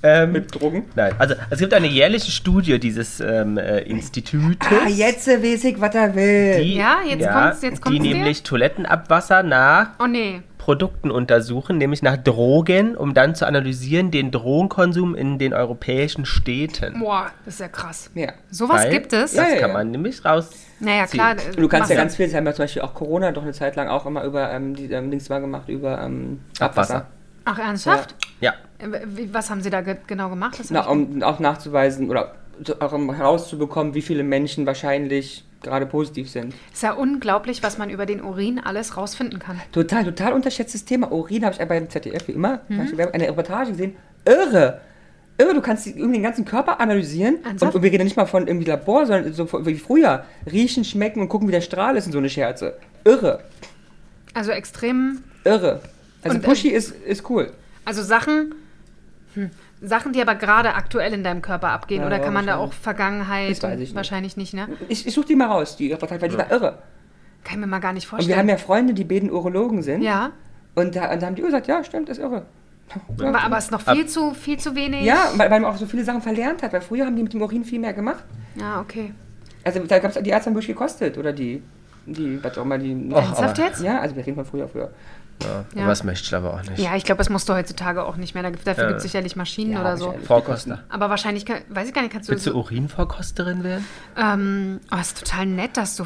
S2: ähm,
S1: Mit Drogen.
S2: Nein, also es gibt eine jährliche Studie dieses ähm, äh, Institutes.
S1: Ah, jetzt weiß ich, was er will.
S2: Die,
S3: Ja, jetzt kommt's- jetzt kommt's
S2: die
S3: dir.
S2: nämlich Toilettenabwasser nach
S3: Oh nee.
S2: Produkten untersuchen, nämlich nach Drogen, um dann zu analysieren den Drogenkonsum in den europäischen Städten.
S3: Boah, das ist ja krass.
S1: Ja.
S3: Sowas
S2: Weil
S3: gibt es.
S1: Ja,
S2: Das
S1: ja,
S2: kann
S1: ja.
S2: man nämlich raus.
S3: Naja, klar.
S1: Und du kannst ja
S3: mach-
S1: ganz viel, das haben ja zum Beispiel auch Corona doch eine Zeit lang auch immer über, ähm, die, ähm, Dings mal gemacht, über ähm, Abwasser.
S2: Abwasser.
S3: Ach, ernsthaft?
S2: Ja,
S3: Äh, wie- Was haben sie da ge genau gemacht? Das hab
S1: Na,
S3: ich-
S1: um auch nachzuweisen oder zu- auch um herauszubekommen, wie viele Menschen wahrscheinlich gerade positiv sind.
S3: ist ja unglaublich, was man über den Urin alles rausfinden kann.
S1: Total,
S3: Mhm.
S1: total unterschätztes Thema. Urin habe ich ja beim ZDF wie immer, da hab ich beim- eine Reportage gesehen. Irre! Irre, du kannst die- irgendwie den ganzen Körper analysieren.
S3: Ernsthaft?
S1: Und, und wir reden nicht mal von irgendwie Labor, sondern so von- wie früher. Riechen, schmecken und gucken, wie der Strahl ist und so eine Scherze. Irre.
S3: Also extrem,
S1: Irre. Also
S3: Und, äh,
S1: Pushy ist, ist cool.
S3: also Sachen, hm, Sachen, die aber gerade aktuell in deinem Körper abgehen.
S1: Ja,
S3: oder
S1: ja,
S3: kann man da auch
S1: wahrscheinlich.
S3: Vergangenheit?
S1: Das weiß ich nicht.
S3: Wahrscheinlich nicht, ne?
S1: Ich, ich suche die mal raus, die Reportage, weil die war irre.
S3: Kann ich mir mal gar nicht
S1: Und wir haben
S3: vorstellen.
S1: ja Freunde, die beiden Urologen sind.
S3: ja.
S1: Und da, und da haben die gesagt, ja, stimmt, ist irre. Ja.
S3: Aber, aber es ist noch viel zu, viel zu wenig.
S1: Ja, weil, weil man auch so viele Sachen verlernt hat, weil früher haben die mit dem Urin viel mehr gemacht.
S3: Ja, okay.
S1: Also da gab es die Ärzte haben wirklich gekostet, oder die, die, was auch immer, die.
S3: Ernsthaft jetzt?
S1: Ja, also wir reden von früher, früher.
S3: Ja.
S2: Aber das möchte ich aber auch nicht.
S3: Ja, ich glaube, das musst du heutzutage auch nicht mehr. Da- Dafür
S2: Ja.
S3: gibt es sicherlich Maschinen
S1: Ja,
S3: oder so.
S1: wahrscheinlich.
S2: Frau Koster.
S3: Aber wahrscheinlich, kann, weiß ich gar nicht, kannst du.
S2: Willst du
S3: So,
S2: Urinvorkosterin werden?
S3: ähm, oh, ist total nett, dass du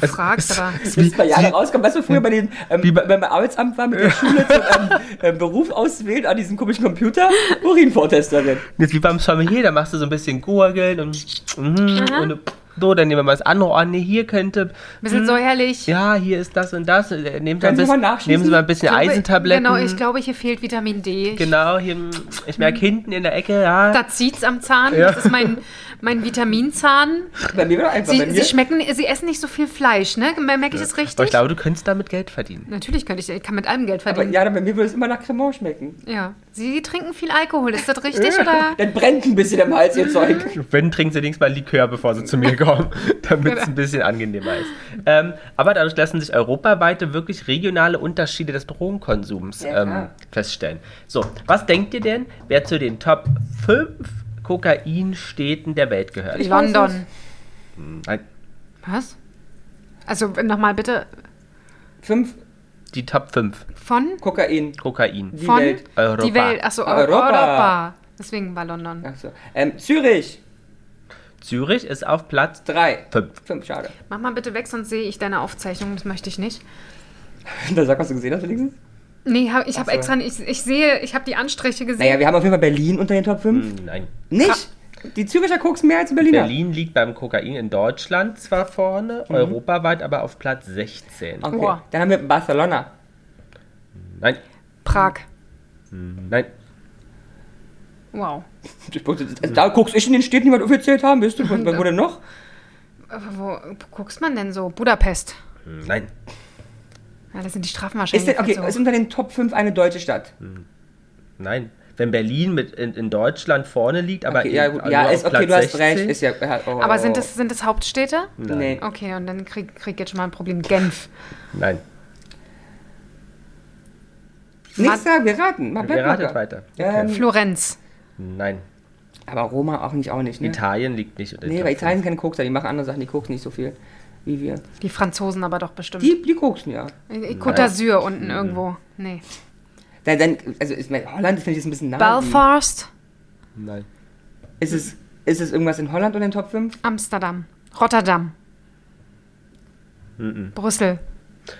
S2: [laughs]
S3: fragst, aber.
S1: Bis bei Jahren rauskommen, weißt du, früher bei den, ähm,
S2: Wie bei-
S1: wenn man Arbeitsamt war, mit der Schule zum ähm, ähm, Beruf auswählt an diesem komischen Computer, Urinvortesterin.
S2: Jetzt wie beim Sommelier, da machst du so ein bisschen Gurgeln und, mhm, und so, dann nehmen wir mal das andere an. Nee, hier könnte,
S3: bisschen säuerlich.
S2: Mhm. ja, hier ist das und das. Äh, Nehmt ein
S1: Können Sie mal
S2: bisschen,
S1: nachschießen?
S2: nehmen Sie mal ein bisschen
S3: Ich glaube,
S2: Eisentabletten.
S3: Genau, ich glaube, hier fehlt Vitamin D.
S2: Genau, hier, mm, ich merke hinten in der Ecke, ja.
S3: Da zieht's am Zahn.
S2: Ja.
S3: Das ist mein, mein Vitaminzahn.
S1: Bei mir war doch einfach, bei
S3: Sie,
S1: mir.
S3: sie schmecken, sie essen nicht so viel Fleisch, ne? Merke ich das
S2: Aber
S3: richtig?
S2: ich glaube, du könntest damit Geld verdienen.
S3: Natürlich könnte ich, ich kann mit allem Geld
S1: aber
S3: verdienen.
S1: ja, bei mir würde es immer nach Cremant schmecken.
S3: ja. Sie trinken viel Alkohol, ist das richtig oder?
S1: Dann brennt ein bisschen im Hals ihr Zeug.
S2: Wenn, trinken sie links mal Likör, bevor sie zu mir kommen, damit es ein bisschen angenehmer ist. Ähm, aber dadurch lassen sich europaweite, wirklich regionale Unterschiede des Drogenkonsums
S1: Ja,
S2: ähm,
S1: klar.
S2: feststellen. So, was denkt ihr denn, wer zu den Top 5 Kokainstädten der Welt gehört?
S1: Ich weiß es.
S3: London.
S2: Nein,
S3: Was? Also nochmal bitte
S1: Fünf
S2: die Top 5
S3: von
S1: Kokain,
S2: Kokain.
S1: die
S3: Von?
S1: Welt.
S2: Europa.
S3: die Welt. Achso, Europa.
S1: Europa.
S3: Europa. Deswegen war London.
S1: Ach so. Ähm, Zürich,
S2: Zürich ist auf Platz
S1: drei.
S2: 5.
S1: Fünf, schade. [laughs]
S3: Mach mal bitte weg, sonst sehe ich deine Aufzeichnung. Das möchte ich nicht.
S1: Da sag, was du gesehen hast wenigstens.
S3: Nee, hab, ich habe
S1: Ach so.
S3: extra nicht. Ich sehe, ich habe die Anstriche gesehen.
S1: Naja, wir haben auf jeden Fall Berlin unter den Top
S3: Mhm.
S1: 5.
S2: Nein.
S1: Nicht? Die Züricher gucken mehr als die Berliner.
S2: Berlin liegt beim Kokain in Deutschland zwar vorne, europaweit aber auf Platz 16.
S1: Mhm. Okay.
S3: Boah.
S1: Dann haben wir Barcelona.
S2: Nein,
S3: Prag.
S2: nein.
S3: Wow.
S1: Ich wollte- Also, da guckst ich in den Städten, die wir aufgezählt haben, bist du? Wo, wo denn noch?
S3: Aber wo, wo guckst man denn so? Budapest.
S2: Nein.
S3: Ja, das sind die Strafen wahrscheinlich.
S1: Ist denn, okay, also-
S3: so.
S1: ist unter den Top 5 eine deutsche Stadt?
S2: Nein. Wenn Berlin mit in, in Deutschland vorne liegt, aber
S1: Okay, ja,
S2: eben
S1: gut,
S2: nur
S1: ja,
S2: auf
S1: ist, okay,
S2: Platz
S1: du hast
S2: 16.
S1: recht. Ist ja, ja, oh,
S3: Aber sind das, sind das Hauptstädte?
S1: Nee.
S3: Okay, und dann krieg, krieg jetzt schon mal ein Problem. Genf.
S2: Nein.
S3: Oh,
S1: Nichts sagen, wir raten. Mach,
S2: Wir
S1: bleib
S2: ratet
S1: locker.
S2: weiter.
S1: Ähm,
S3: Florenz.
S2: Nein.
S1: aber Roma auch nicht, auch nicht. Ne?
S2: Italien liegt nicht unter den
S1: Nee,
S2: Top
S1: weil
S2: fünf.
S1: Italien sind keine Kokser, die machen andere Sachen, die koksen nicht so viel wie wir.
S3: Die Franzosen aber doch bestimmt.
S1: Die, die koksen, ja. Mhm.
S3: Äh, Côte d'Azur unten irgendwo. Nee.
S1: Dann, dann, also ist, mein- Holland finde ich jetzt ein bisschen nah.
S3: Belfast,
S2: Nein.
S1: Ist es, ist es irgendwas in Holland unter den Top 5?
S3: Amsterdam, Rotterdam,
S1: Mhm.
S3: Brüssel.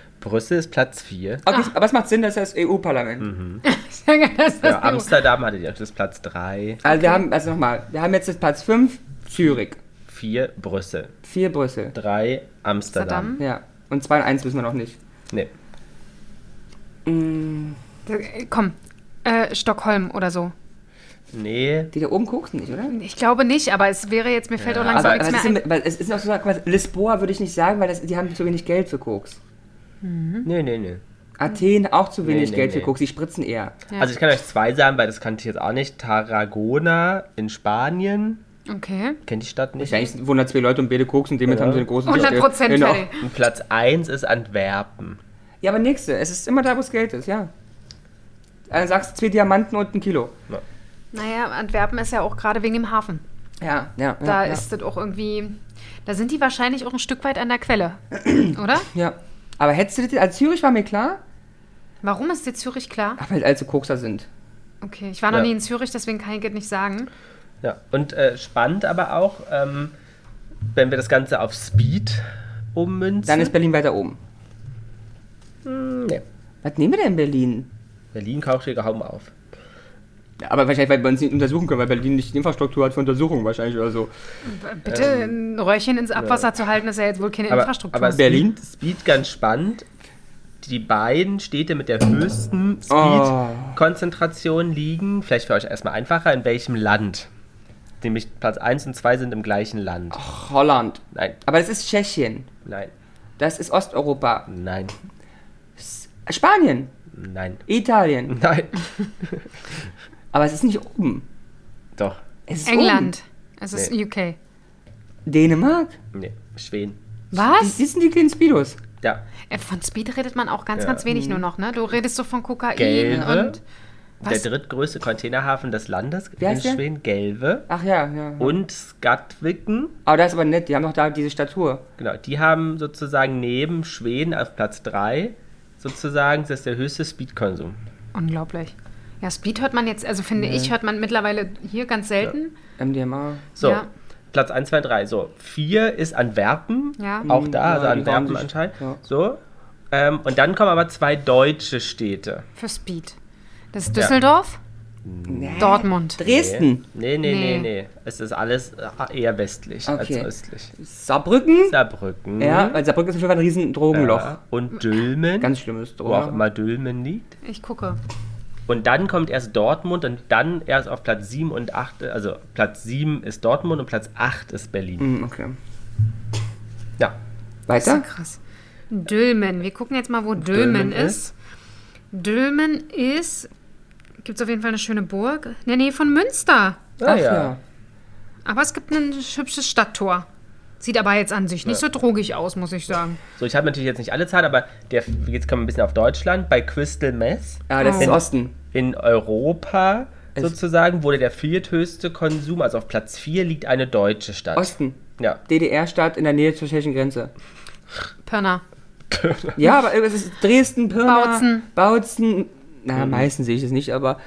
S3: [laughs]
S2: Brüssel ist Platz 4.
S1: Okay,
S3: Ah.
S1: aber es macht Sinn, dass das EU-Parlament.
S3: das ist
S2: Ja,
S3: ja,
S2: Amsterdam hatte ja das Platz 3,
S1: Also wir haben, also nochmal, wir haben jetzt das Platz 5, Zürich,
S2: 4 Brüssel,
S1: 4 Brüssel.
S2: 3 Amsterdam.
S3: Amsterdam.
S1: Ja. Und 2 und 1 wissen wir noch nicht.
S2: Nee.
S3: Äh, Komm, äh, Stockholm oder so.
S2: Nee.
S1: Die da oben gucken nicht, oder?
S3: Ich glaube nicht, aber es wäre jetzt, mir fällt auch langsam
S1: Aber,
S3: nichts
S1: aber
S3: mehr
S1: es,
S3: ein.
S1: ist, weil es ist noch so, quasi- Lisboa würde ich nicht sagen, weil das, die haben zu wenig Geld für Koks.
S3: Mhm.
S2: Nee, nee, nee.
S1: Athen auch zu wenig
S2: nee,
S1: Geld
S2: nee.
S1: für Koks, die spritzen eher.
S3: Ja.
S2: Also ich kann euch zwei sagen, weil das kannte ich jetzt auch nicht. Tarragona in Spanien.
S3: Okay.
S2: Kennt die Stadt nicht.
S1: Wahrscheinlich wohnen da zwei Leute um und beide Koks und damit
S2: Ja.
S1: haben sie eine
S3: [laughs]
S1: große
S3: 100 Prozent,
S1: Genau.
S3: Ferdi.
S2: Und Platz 1 ist Antwerpen.
S1: Ja, aber nächste, es ist immer da, wo es Geld ist, ja. Dann sagst du zwei Diamanten und ein Kilo.
S3: Naja, Antwerpen ist ja auch gerade wegen dem Hafen.
S1: Ja, ja.
S3: Da
S1: ja,
S3: ist das auch irgendwie. Da sind die wahrscheinlich auch ein Stück weit an
S1: [clears throat]
S3: der Quelle. Oder?
S1: ja. ja. Aber hättest du das, also Zürich war mir klar,
S3: Warum ist dir Zürich klar?
S1: aber halt allzu Kokser sind.
S3: Okay, ich war noch
S2: Ja.
S3: nie in Zürich, deswegen kann ich das nicht sagen.
S2: Ja. Und äh, spannend aber auch, ähm, wenn wir das Ganze auf Speed ummünzen.
S3: Mhm.
S1: Dann ist Berlin weiter oben.
S3: Hm,
S2: nee.
S1: Was nehmen wir denn in Berlin?
S2: Berlin kauft hier kaum auf.
S1: Ja, aber wahrscheinlich, weil wir uns nicht untersuchen können, weil Berlin nicht die Infrastruktur hat für Untersuchungen wahrscheinlich oder so.
S3: Bitte ein Röhrchen ins Abwasser zu halten, ist ja jetzt wohl keine Infrastruktur.
S2: Ähm, aber Speed,
S1: Berlin?
S2: Speed ganz spannend. Die beiden Städte mit der höchsten
S1: Oh.
S2: Speed-Konzentration liegen, vielleicht für euch erstmal einfacher, in welchem Land? Nämlich Platz 1 und 2 sind im gleichen Land.
S1: Holland.
S2: Nein,
S1: Aber das ist Tschechien.
S2: nein,
S1: Das ist Osteuropa.
S2: nein,
S1: Spanien.
S2: nein, [laughs]
S1: Italien.
S2: nein.
S1: Aber es ist nicht oben.
S2: Doch,
S1: Es ist
S3: England. Es ist
S2: Nee.
S3: UK.
S1: Oben. Dänemark.
S2: nee, Schweden.
S1: Die,
S3: Was?
S1: die sind die kleinen Speedos.
S2: Ja,
S3: Äh, Von Speed redet man auch ganz,
S2: Ja.
S3: ganz wenig nur noch, ne? Du redest so von Kokain
S2: Gelbe.
S3: und. Was?
S2: der drittgrößte Containerhafen des Landes
S1: Wie
S2: in
S1: heißt der?
S2: Schweden, Gelve.
S1: Ach ja, ja.
S2: Und Skatviken,
S1: Aber da ist aber nett. Die haben doch da diese Statur.
S2: genau, die haben sozusagen neben Schweden auf Platz 3 sozusagen, das ist der höchste Speedkonsum.
S3: Unglaublich. Ja, Speed hört man jetzt, also finde ich, hört man mittlerweile hier ganz selten.
S1: MDMA.
S2: So,
S3: Ja.
S2: Platz 1, 2, 3. So, 4 ist Antwerpen.
S3: Ja.
S2: Auch da,
S1: Ja,
S2: also
S1: die
S2: Antwerpen
S1: waren sich-
S2: anscheinend.
S1: ja.
S2: So. Ähm, und dann kommen aber zwei deutsche Städte.
S3: Für Speed. Das ist Düsseldorf, Dortmund.
S1: Dresden.
S2: Nee, nee, nee,
S3: Nee.
S2: nee. Es ist alles äh, eher westlich
S1: Okay.
S2: als östlich.
S1: Saarbrücken.
S2: Saarbrücken.
S1: Ja, weil Saarbrücken ist auf jeden Fall ein riesen Drogenloch.
S2: Ja. Und Dülmen.
S1: Ganz schlimmes
S2: wo auch
S1: Drogenloch.
S2: immer Dülmen liegt.
S3: Ich gucke.
S2: Und dann kommt erst Dortmund und dann erst auf Platz 7 und 8. Also Platz 7 ist Dortmund und Platz 8 ist Berlin.
S1: Hm, okay.
S2: Ja.
S3: Das
S1: Weiter?
S3: ist ja krass. Dülmen. Wir gucken jetzt mal, wo Dülmen,
S2: Dülmen
S3: ist. Dülmen ist. Gibt es auf jeden Fall eine schöne Burg? In der Nähe von Münster.
S2: Ah, ja.
S3: Aber es gibt ein hübsches Stadttor. Sieht aber jetzt an sich nicht so drogig aus, muss ich sagen.
S2: So, ich habe natürlich jetzt nicht alle Zahlen, aber der, jetzt kommen wir ein bisschen auf Deutschland. Bei Crystal Meth
S1: Ja, das ist
S2: Oh.
S1: Osten.
S2: in Europa
S1: Es-
S2: sozusagen wurde der vierthöchste Konsum, also auf Platz 4 liegt eine deutsche Stadt.
S1: Osten.
S2: Ja.
S1: DDR-Stadt in der Nähe zur tschechischen Grenze.
S3: Pirna.
S1: Ja, aber es ist Dresden, Pirna,
S3: Bautzen.
S1: Bautzen. Na, meistens sehe ich es nicht, aber.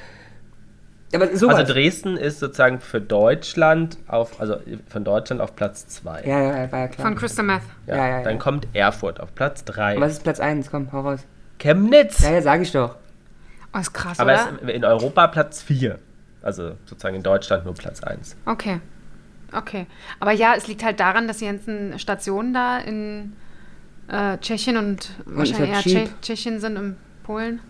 S1: Aber sowas.
S2: Mhm. Also Dresden ist sozusagen für Deutschland auf, also von Deutschland auf Platz 2.
S1: ja, ja, ja, war ja klar.
S3: Von Crystal Meth.
S1: ja, ja, ja.
S2: Dann kommt Erfurt auf Platz 3.
S1: Was ist Platz 1? Komm, hau raus.
S2: Chemnitz!
S1: Ja, ja, sag ich doch.
S3: Oh, ist krass,
S2: aber
S3: oder?
S2: es ist in Europa Platz 4. Also sozusagen in Deutschland nur Platz 1.
S3: Okay. Okay. Aber ja, es liegt halt daran, dass die ganzen Stationen da in äh, Tschechien und wahrscheinlich eher
S1: ist ja
S3: Tsche
S1: cheap.
S3: Tschechien sind in Polen.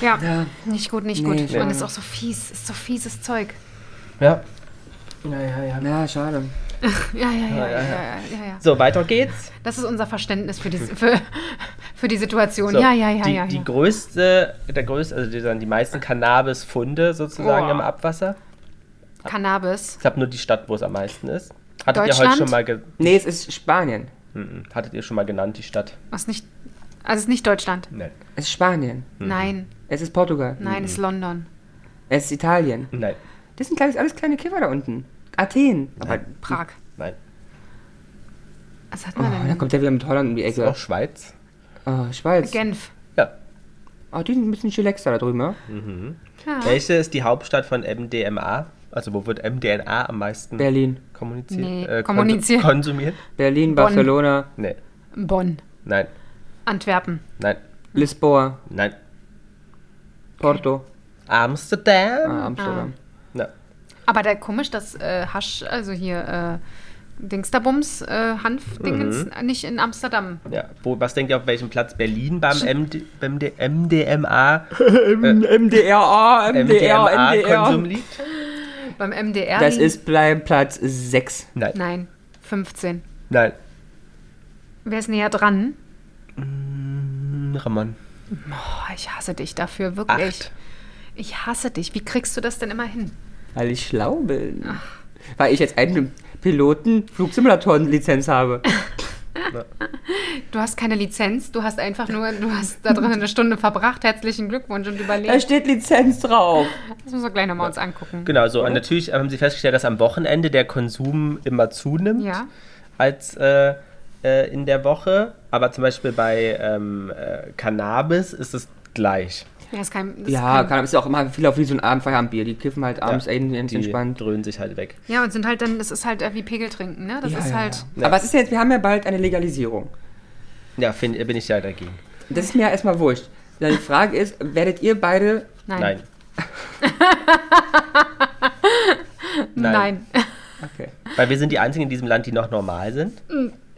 S3: Ja,
S1: Ja.
S3: nicht gut, nicht
S1: Nee,
S3: gut.
S1: schade.
S3: Und ist auch so fies, ist so fieses Zeug.
S2: Ja.
S1: Ja, schade.
S3: Ja, ja, ja, ja, ja, ja. ja, ja.
S2: So, weiter geht's.
S3: Das ist unser Verständnis für die, für, für die Situation.
S2: So,
S3: ja, ja, ja,
S2: die,
S3: ja.
S2: Die
S3: ja.
S2: größte, der größte, also die, sagen, die meisten Cannabis-Funde sozusagen
S3: Boah.
S2: im Abwasser.
S3: Cannabis.
S2: Ich habe nur die Stadt, wo es am meisten ist. Hattet ihr heute
S3: Deutschland?
S2: schon mal ge
S1: Nee, es ist Spanien.
S2: Mhm. Hattet ihr schon mal genannt, die Stadt?
S3: Was nicht, also es ist nicht Deutschland.
S2: Nein.
S1: Es ist Spanien.
S3: Nein,
S1: Es ist Portugal.
S3: nein, es ist London.
S1: Es ist Italien.
S2: Nein,
S1: Das sind kleines, alles kleine Kiffer da unten. Athen. Aber
S3: Prag.
S2: nein.
S3: Was hat
S1: oh,
S3: man
S1: dann
S3: denn?
S1: kommt der wieder mit Holland um die
S2: Ist auch
S1: Ecke.
S2: Schweiz?
S1: Oh, Schweiz.
S3: Genf.
S2: Ja.
S1: Oh, die sind ein bisschen chillaxer da drüben, ja?
S2: Mhm.
S3: Ja.
S2: Welche ist die Hauptstadt von MDMA? Also wo wird MDNA am meisten
S1: Berlin.
S2: kommuniziert?
S3: Nee,
S2: äh, konsu-
S3: kommuniziert.
S2: Konsumiert?
S1: Berlin,
S3: Bonn.
S1: Barcelona,
S2: Nee.
S3: Bonn.
S2: Nein.
S3: Antwerpen.
S2: Nein.
S1: Lisboa,
S2: Nein.
S1: Porto,
S2: Amsterdam?
S1: ah, Amsterdam.
S2: Nein.
S3: Aber da komisch, dass äh, Hasch, also hier äh, Dingsterbums, äh, Hanfdingens, nicht in Amsterdam.
S2: Ja. Wo, was denkt ihr, auf welchem Platz Berlin beim MD, MD, MDMA,
S1: MDRA, MDR,
S2: MDMA-Konsum
S1: MDR.
S2: liegt?
S3: Beim MDR.
S1: Das
S3: liegen-
S1: ist bei Platz 6.
S2: Nein. Nein.
S3: Nein, 15.
S2: Nein.
S3: Wer ist näher dran?
S2: Ramon.
S3: Boah, ich hasse dich dafür, wirklich.
S2: Acht.
S3: Ich hasse dich. Wie kriegst du das denn immer hin?
S1: Weil ich schlau bin. Weil ich jetzt eine Piloten-Flugsimulatoren-Lizenz habe.
S3: Du hast keine Lizenz, du hast einfach nur, du hast da drin eine Stunde verbracht. Herzlichen Glückwunsch und
S1: Da
S3: überlegt.
S1: steht Lizenz drauf.
S3: Das müssen wir gleich nochmal uns angucken.
S2: Genau, so. Und natürlich haben sie festgestellt, dass am Wochenende der Konsum immer zunimmt.
S3: Ja.
S2: als äh, äh, in der Woche. Aber zum Beispiel bei ähm, äh, Cannabis ist es gleich.
S3: Ja, ist kein, das
S1: Ja,
S3: ist kein,
S1: kann ist ja auch immer viel auf wie so ein Abendfeierabendbier. Die kiffen halt abends ein, ganz
S2: Die
S1: entspannt.
S2: dröhnen sich halt weg.
S3: ja, und sind halt dann, das ist halt äh, wie Pegel trinken, ne? Das ist halt.
S1: Aber es ist ja jetzt, wir haben ja bald eine Legalisierung.
S2: Ja, find, bin ich ja dagegen.
S1: Das ist mir ja erstmal wurscht. Dann die Frage ist, werdet ihr beide
S3: Nein.
S2: [laughs] Nein.
S3: Nein.
S1: okay.
S2: Weil wir sind die Einzigen in diesem Land, die noch normal sind.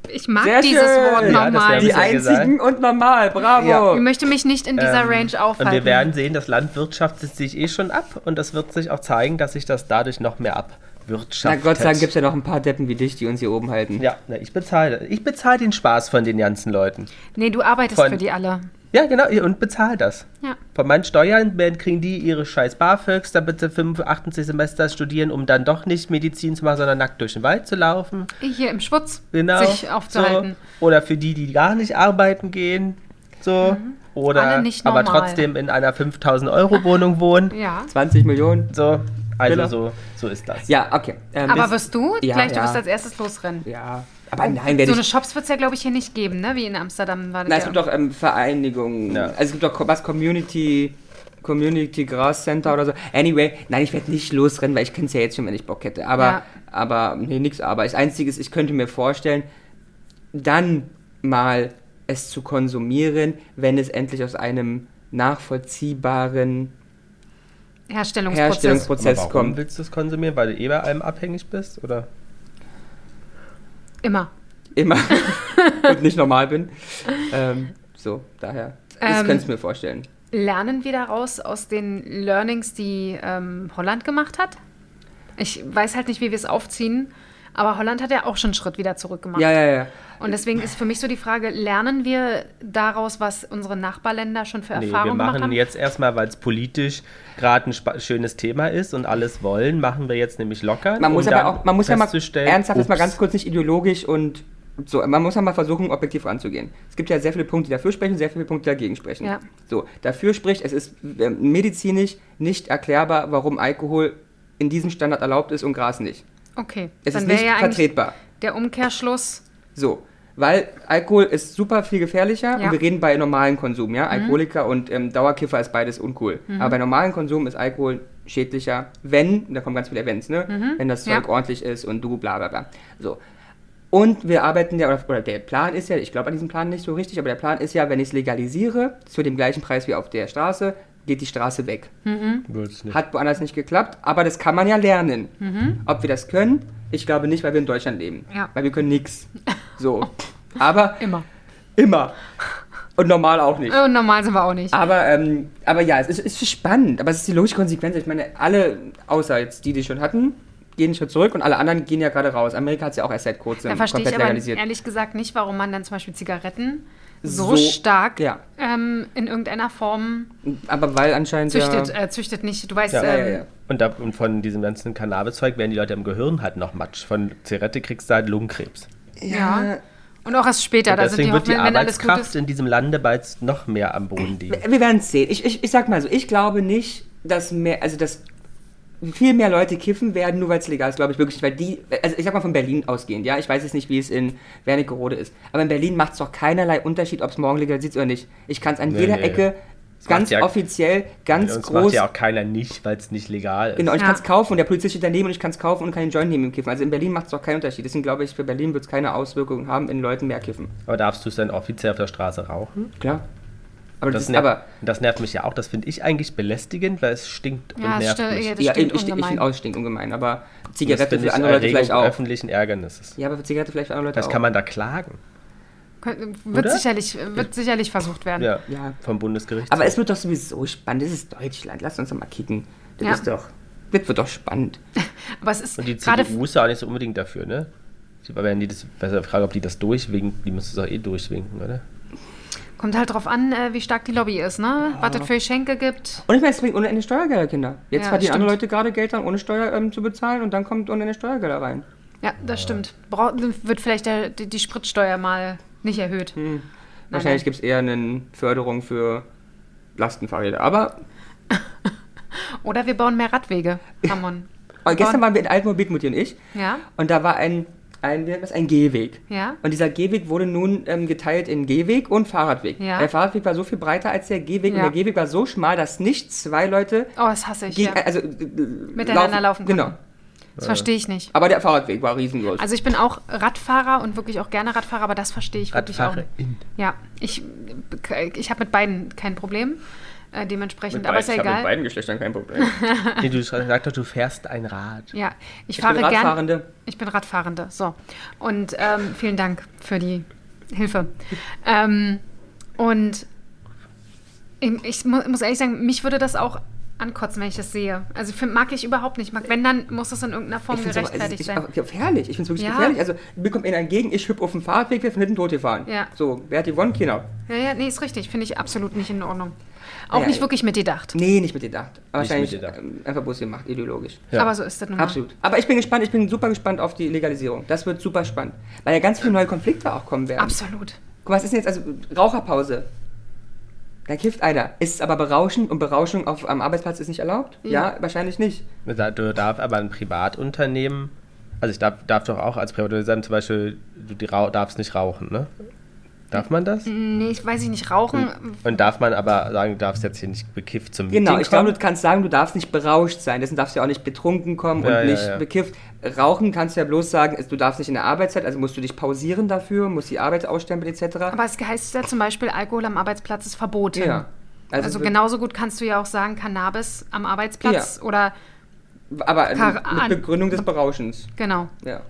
S3: Ich mag
S1: Sehr
S3: dieses
S1: schön.
S3: Wort
S2: Ja, das
S3: nochmal.
S2: wär-
S1: die
S2: ja gesagt.
S1: einzigen und normal? Bravo.
S3: Ich möchte mich nicht in dieser Range aufhalten.
S2: Ähm, Und wir werden sehen, das Land wirtschaftet sich eh schon ab und das wird sich auch zeigen, dass sich das dadurch noch mehr ab
S1: Na
S2: erwirtschaftet.
S1: Gott sei Dank gibt es ja noch ein paar Deppen wie dich, die uns hier oben halten.
S2: ja, na, ich bezahle. Ich bezahle den Spaß von den ganzen Leuten.
S3: Nee, du arbeitest
S2: Von-
S3: für die alle.
S2: Ja, genau, ihr- und bezahle das.
S3: Ja.
S2: Von meinen Steuern werden- kriegen die ihre scheiß BAföGs, damit sie 5, 28 Semester studieren, um dann doch nicht Medizin zu machen, sondern nackt durch den Wald zu laufen.
S3: Hier im Schwutz
S2: Genau.
S3: sich aufzuhalten.
S2: So. Oder für die, die gar nicht arbeiten gehen. So. Oder
S3: Mhm. Alle nicht
S2: aber
S3: normal.
S2: trotzdem in einer 5000 Euro Wohnung
S3: [laughs]
S2: wohnen.
S3: Ja.
S1: 20 Millionen.
S2: So. Also
S1: Genau.
S2: so, so ist das.
S1: Ja, okay. Ähm,
S3: Aber
S1: das-
S3: wirst du?
S1: Ja,
S3: Gleich, du
S1: ja.
S3: wirst als erstes losrennen.
S1: Ja, aber nein, werde
S3: So eine
S1: ich.
S3: Shops wird es ja, glaube ich, hier nicht geben, ne? Wie in Amsterdam war das.
S1: Nein, es
S3: ja.
S1: gibt doch ähm, Vereinigungen.
S2: Ja.
S1: Also es gibt doch Co- was Community. Community Grass Center oder so. Anyway, nein, ich werde nicht losrennen, weil ich könnte es ja jetzt schon, wenn ich Bock hätte. Aber,
S3: Ja.
S1: aber, nee, nix, aber. Das Einzige ist, ich könnte mir vorstellen, dann mal es zu konsumieren, wenn es endlich aus einem nachvollziehbaren
S3: Herstellungsprozess.
S2: Aber
S1: Herstellungsprozess
S2: warum
S1: kommt.
S2: willst du es konsumieren? Weil du eh bei allem abhängig bist? Oder?
S3: Immer. [laughs]
S1: Immer. Und nicht normal bin. Ähm, so, daher.
S3: Ähm,
S1: Das könntest du mir vorstellen.
S3: Lernen wir daraus aus den Learnings, die ähm, Holland gemacht hat? Ich weiß halt nicht, wie wir es aufziehen, aber Holland hat ja auch schon einen Schritt wieder zurück gemacht.
S1: Ja, ja, ja.
S3: Und deswegen ist für mich so die Frage, lernen wir daraus, was unsere Nachbarländer schon für
S2: Nee, wir
S3: Erfahrungen gemacht
S2: machen
S3: haben?
S2: jetzt erstmal, weil es politisch gerade ein spa- schönes Thema ist und alles wollen, machen wir jetzt nämlich locker.
S1: Man muss
S2: um
S1: aber
S2: dann
S1: auch, man muss ja mal
S2: festzustellen,
S1: ernsthaft jetzt mal
S2: ups.
S1: ganz kurz nicht ideologisch und so, man muss ja mal versuchen, objektiv ranzugehen. Es gibt ja sehr viele Punkte, die dafür sprechen, sehr viele Punkte, die dagegen sprechen.
S3: Ja.
S1: So, dafür spricht, es ist ähm, medizinisch nicht erklärbar, warum Alkohol in diesem Standard erlaubt ist und Gras nicht.
S3: okay,
S1: Es
S3: dann
S1: ist
S3: wäre
S1: nicht
S3: ja eigentlich
S1: vertretbar.
S3: der Umkehrschluss.
S1: So, weil Alkohol ist super viel gefährlicher
S3: Ja. Mhm.
S1: und wir reden bei normalen Konsum, ja? Alkoholiker und ähm, Dauerkiffer ist beides uncool. Aber bei normalen Konsum ist Alkohol schädlicher, wenn, und da kommen ganz viele Events, ne? Wenn das Zeug
S3: Mhm. Ja.
S1: ordentlich ist und du bla bla bla. So. Und wir arbeiten ja, oder, oder der Plan ist ja, ich glaube an diesem Plan nicht so richtig, aber der Plan ist ja, wenn ich es legalisiere, zu dem gleichen Preis wie auf der Straße, geht die Straße weg.
S3: Mhm.
S2: Wird's nicht.
S1: Hat woanders nicht geklappt, aber das kann man ja lernen. Ob wir das können, ich glaube nicht, weil wir in Deutschland leben.
S3: Mhm. Ja.
S1: Weil wir können nichts. So. Aber
S3: Immer.
S1: immer. Und normal auch nicht.
S3: Und normal sind wir auch nicht.
S1: Aber, ähm, aber ja, es ist, es ist spannend, aber es ist die logische Konsequenz. Ich meine, alle, außer jetzt die, die schon hatten, gehen einen Schritt zurück und alle anderen gehen ja gerade raus. Amerika hat es ja auch erst seit kurzem
S3: Da verstehe ich
S1: komplett
S3: aber
S1: legalisiert.
S3: ehrlich gesagt nicht, warum man dann zum Beispiel Zigaretten
S1: So,
S3: so, stark
S1: ja.
S3: ähm, in irgendeiner Form
S1: Aber weil anscheinend
S3: züchtet.
S1: ja...
S3: Äh, züchtet nicht. Du weißt,
S2: Ja.
S1: Ja,
S3: ähm,
S1: ja, ja.
S2: Und, da, und von diesem ganzen Cannabis-Zeug werden die Leute im Gehirn halt noch matsch. Von Zigarette kriegst du halt Lungenkrebs.
S3: äh, ja. Und auch erst später.
S2: und
S3: Da sind
S2: deswegen
S3: die
S2: wird die
S3: Hoffnungen, wenn alles gut
S2: Arbeitskraft
S3: ist.
S2: in diesem Lande bald noch mehr am Boden liegen.
S1: Wir werden es sehen. Ich, ich, ich sag mal so, ich glaube nicht, dass mehr, also dass viel mehr Leute kiffen werden, nur weil es legal ist, glaube ich wirklich, nicht, weil die, also ich sag mal von Berlin ausgehend, ja, ich weiß jetzt nicht, wie es in Wernigerode ist, aber in Berlin macht es doch keinerlei Unterschied, ob es morgen legalisiert ist oder nicht. Ich kann es an
S2: Nee,
S1: jeder
S2: nee.
S1: Ecke ganz
S2: macht ja-
S1: offiziell, ganz
S2: Uns macht
S1: groß,
S2: ja auch keiner nicht, weil es nicht legal ist.
S1: genau, ich
S3: Ja.
S1: kann es kaufen und der Polizist steht daneben und ich kann es kaufen und kann den Joint neben ihm kiffen. Also in Berlin macht es doch keinen Unterschied. Deswegen glaube ich, für Berlin wird es keine Auswirkungen haben, in Leuten mehr kiffen.
S2: Aber darfst du es dann offiziell auf der Straße rauchen?
S1: Klar. Aber das,
S2: Das,
S1: ist,
S2: nervt,
S1: aber,
S2: das nervt mich ja auch. Das finde ich eigentlich belästigend, weil es stinkt und
S3: Ja, eh das,
S2: nervt
S3: stimmt,
S2: mich.
S3: ja, das
S1: ja, ich,
S3: stimmt
S1: ich, ich
S3: ungemein.
S1: finde Ausstinkt ungemein, aber
S2: Das
S1: Zigarette
S2: finde
S1: für
S2: ich
S1: andere Leute
S2: Erregung
S1: vielleicht auch.
S2: öffentlichen Ärgernisses.
S1: Ja, aber für Zigarette vielleicht für andere Leute
S2: Das
S1: auch.
S2: kann man da klagen.
S3: Kön- Wird
S2: Oder?
S3: sicherlich, wird sicherlich versucht werden.
S2: Ja,
S1: Ja.
S2: vom Bundesgericht.
S1: aber es wird doch sowieso spannend. Das ist Deutschland. Lass uns doch mal kicken. Das
S3: Ja.
S1: ist doch. Das wird doch spannend.
S3: Aber es ist
S2: und die
S3: gerade
S2: CDU ist ja auch nicht so unbedingt dafür, ne? Ich aber wenn die das, ich weiß Frage, ob die das durchwinken, die müssen es doch eh durchwinken, oder?
S3: kommt halt drauf an, äh, wie stark die Lobby ist, ne? Was
S1: genau.
S3: es für Geschenke gibt.
S1: Und ich meine, es bringt ohne Ende Steuergelder, Kinder. Jetzt
S3: Ja,
S1: verdienen andere
S3: stimmt.
S1: Leute gerade Geld an, ohne Steuer ähm, zu bezahlen und dann kommt ohne Ende Steuergelder rein.
S3: Ja, das stimmt. Bra wird vielleicht der, die, die Spritsteuer mal nicht erhöht.
S1: Hm. Wahrscheinlich gibt es eher eine Förderung für Lastenfahrräder. Aber
S3: Oder wir bauen mehr Radwege, Ramon.
S1: aber gestern waren wir in Altmobil, Mutti und ich.
S3: Ja?
S1: Und da war ein, ein, wie nennt man's, ein Gehweg.
S3: Ja?
S1: Und dieser Gehweg wurde nun ähm, geteilt in Gehweg und Fahrradweg.
S3: Ja.
S1: Der Fahrradweg war so viel breiter als der Gehweg
S3: Ja.
S1: und der Gehweg war so schmal, dass nicht zwei Leute
S3: Oh, das hasse ich.
S1: gegen,
S3: Ja.
S1: also, äh,
S3: Miteinander laufen konnten.
S1: Genau.
S3: Das verstehe ich nicht.
S1: Aber der Fahrradweg war riesengroß.
S3: Also ich bin auch Radfahrer und wirklich auch gerne Radfahrer, aber das verstehe ich wirklich auch.
S2: Radfahrer in.
S3: Ja, ich, ich habe mit beiden kein Problem. Äh, dementsprechend,
S1: Mit
S3: aber
S1: beiden-
S3: ist ja
S1: ich habe mit
S3: egal.
S1: beiden Geschlechtern kein Problem.
S2: Nee, du sagst doch, du fährst ein Rad.
S3: Ja, ich,
S1: Ich
S3: fahre
S1: bin
S3: gerne.
S1: Radfahrende.
S3: Ich bin Radfahrende, so. Und ähm, vielen Dank für die Hilfe. Ähm, und ich, ich mu- muss ehrlich sagen, mich würde das auch ankotzen, wenn ich das sehe. Also find, mag ich überhaupt nicht. Mag, wenn, dann muss das in irgendeiner Form
S1: also, Ich finde es
S3: gerechtfertigt sein.
S1: gefährlich. Ich finde es wirklich
S3: Ja.
S1: gefährlich. Also, mir kommt einer entgegen, ich hüpfe auf den Fahrradweg, wir von hinten tot gefahren.
S3: Ja.
S1: So, wer hat gewonnen? Keiner.
S3: Ja, ja, nee, ist richtig. Finde ich absolut nicht in Ordnung. Auch
S1: Ja,
S3: nicht
S1: ja.
S3: wirklich mitgedacht.
S1: Nee, nicht mitgedacht. Wahrscheinlich
S2: mitgedacht.
S1: ähm, einfach bloß gemacht, ideologisch.
S2: Ja.
S3: Aber so ist das nun mal.
S1: Absolut. Aber ich bin gespannt, ich bin super gespannt auf die Legalisierung. Das wird super spannend. Weil ja ganz viele neue Konflikte auch kommen werden.
S3: Absolut.
S1: Guck mal, was ist denn jetzt? Also, Raucherpause. Da kifft einer. Ist aber berauschend und Berauschung auf, am Arbeitsplatz ist nicht erlaubt? Ja, wahrscheinlich nicht.
S2: Da- Du darfst aber ein Privatunternehmen, also ich darf, darf doch auch als Privatunternehmen zum Beispiel, du die rau- darfst nicht rauchen, ne? Darf man
S1: Mhm.
S2: das?
S3: Nee, ich weiß ich nicht, rauchen.
S2: Und darf man aber sagen, du darfst jetzt hier nicht bekifft zum Meeting
S1: Genau, ich glaube,
S2: kommen?
S1: du kannst sagen, du darfst nicht berauscht sein. Deswegen darfst du ja auch nicht betrunken kommen
S2: Ja,
S1: und
S2: ja,
S1: nicht
S2: ja.
S1: bekifft. Rauchen kannst du ja bloß sagen, ist- du darfst nicht in der Arbeitszeit, also musst du dich pausieren dafür, musst die Arbeit ausstempeln etc.
S3: Aber es heißt ja zum Beispiel, Alkohol am Arbeitsplatz ist verboten.
S1: ja.
S3: Also
S1: wir-
S3: genauso gut kannst du ja auch sagen, Cannabis am Arbeitsplatz oder
S1: Aber ähm,
S3: Kar-
S1: mit Begründung des Berauschens.
S3: genau.
S1: Ja.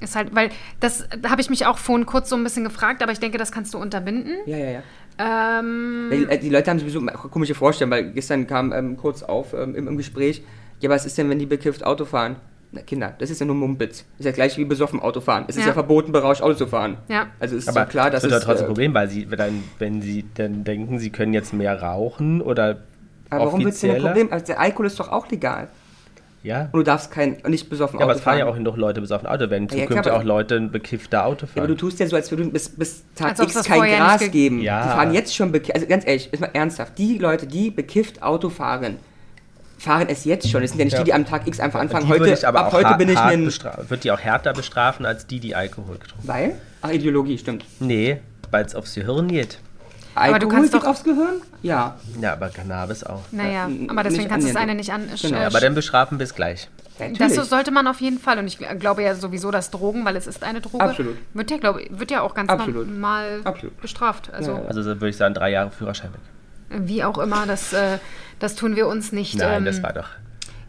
S3: Ist halt, weil das da habe ich mich auch vorhin kurz so ein bisschen gefragt, aber ich denke, das kannst du unterbinden.
S1: Ja, ja, ja.
S3: Ähm,
S1: Die, äh, die Leute haben sowieso komische Vorstellungen, weil gestern kam ähm, kurz auf ähm, im, im Gespräch, ja, was ist denn, wenn die bekifft Auto fahren? Na, Kinder, das ist ja nur Mumpitz. Ist ja gleich wie besoffen Auto fahren. Es ist
S3: Ja.
S1: ja verboten, berauscht Auto zu fahren.
S3: Ja.
S1: Also ist
S2: aber
S1: doch klar, dass
S2: das wird
S1: es...
S2: ja trotzdem ein
S1: äh,
S2: Problem, weil sie, wenn dann, wenn sie dann denken, sie können jetzt mehr rauchen oder
S1: aber warum wird es denn ein
S2: offizieller-
S1: Problem? Also der Alkohol ist doch auch legal.
S2: Ja.
S1: Und du darfst kein, nicht besoffen
S2: Ja, aber
S1: Auto
S2: es fahren
S1: fahren.
S2: ja auch noch Leute besoffen Auto, wenn
S1: ja, klar,
S2: zukünftig
S1: aber-
S2: auch Leute ein bekiffter Auto
S1: Ja, aber du
S2: fahren.
S1: tust ja so, als würde du bis, bis Tag
S3: Als ob's
S1: X
S3: das
S1: kein
S3: vorher nicht
S1: Gras
S3: ge-
S1: geben.
S2: Ja.
S1: Die fahren jetzt schon bekifft. Also ganz ehrlich, ist mal ernsthaft. Die Leute, die bekifft Auto fahren, fahren es jetzt schon. Es sind ja nicht
S2: Ja.
S1: die, die am Tag X einfach anfangen.
S2: Die würde
S1: Heute,
S2: ich aber
S1: ab
S2: auch
S1: heute
S2: hart-
S1: bin ich
S2: hart
S1: ein...
S2: bestra- Wird die auch härter bestrafen als die, die Alkohol getrunken
S1: Weil? Ach, Ideologie, stimmt.
S2: haben? Nee, weil es aufs Gehirn geht.
S1: Alkohol
S3: du kannst
S1: geht
S3: doch-
S1: aufs Gehirn? Ja.
S2: Ja, aber Cannabis auch.
S3: naja,
S1: Äh, n-
S3: aber deswegen
S1: nicht
S3: kannst du das eine
S1: annähernd.
S3: nicht an.
S1: Genau.
S3: äh,
S2: Aber dann bestrafen wir es gleich.
S1: ja
S3: Das
S1: natürlich.
S3: so- sollte man auf jeden Fall. Und ich gl- glaube ja sowieso, dass Drogen, weil es ist eine Droge,
S1: Absolut.
S3: Wird, ja, glaube, ich- wird ja auch ganz
S1: Absolut.
S3: normal
S1: Absolut.
S3: bestraft. Also
S1: Ja, ja.
S2: Also so würde ich sagen, drei Jahre Führerschein weg.
S3: wie auch immer, das, äh, das tun wir uns nicht.
S2: Nein,
S3: ähm,
S2: das war doch.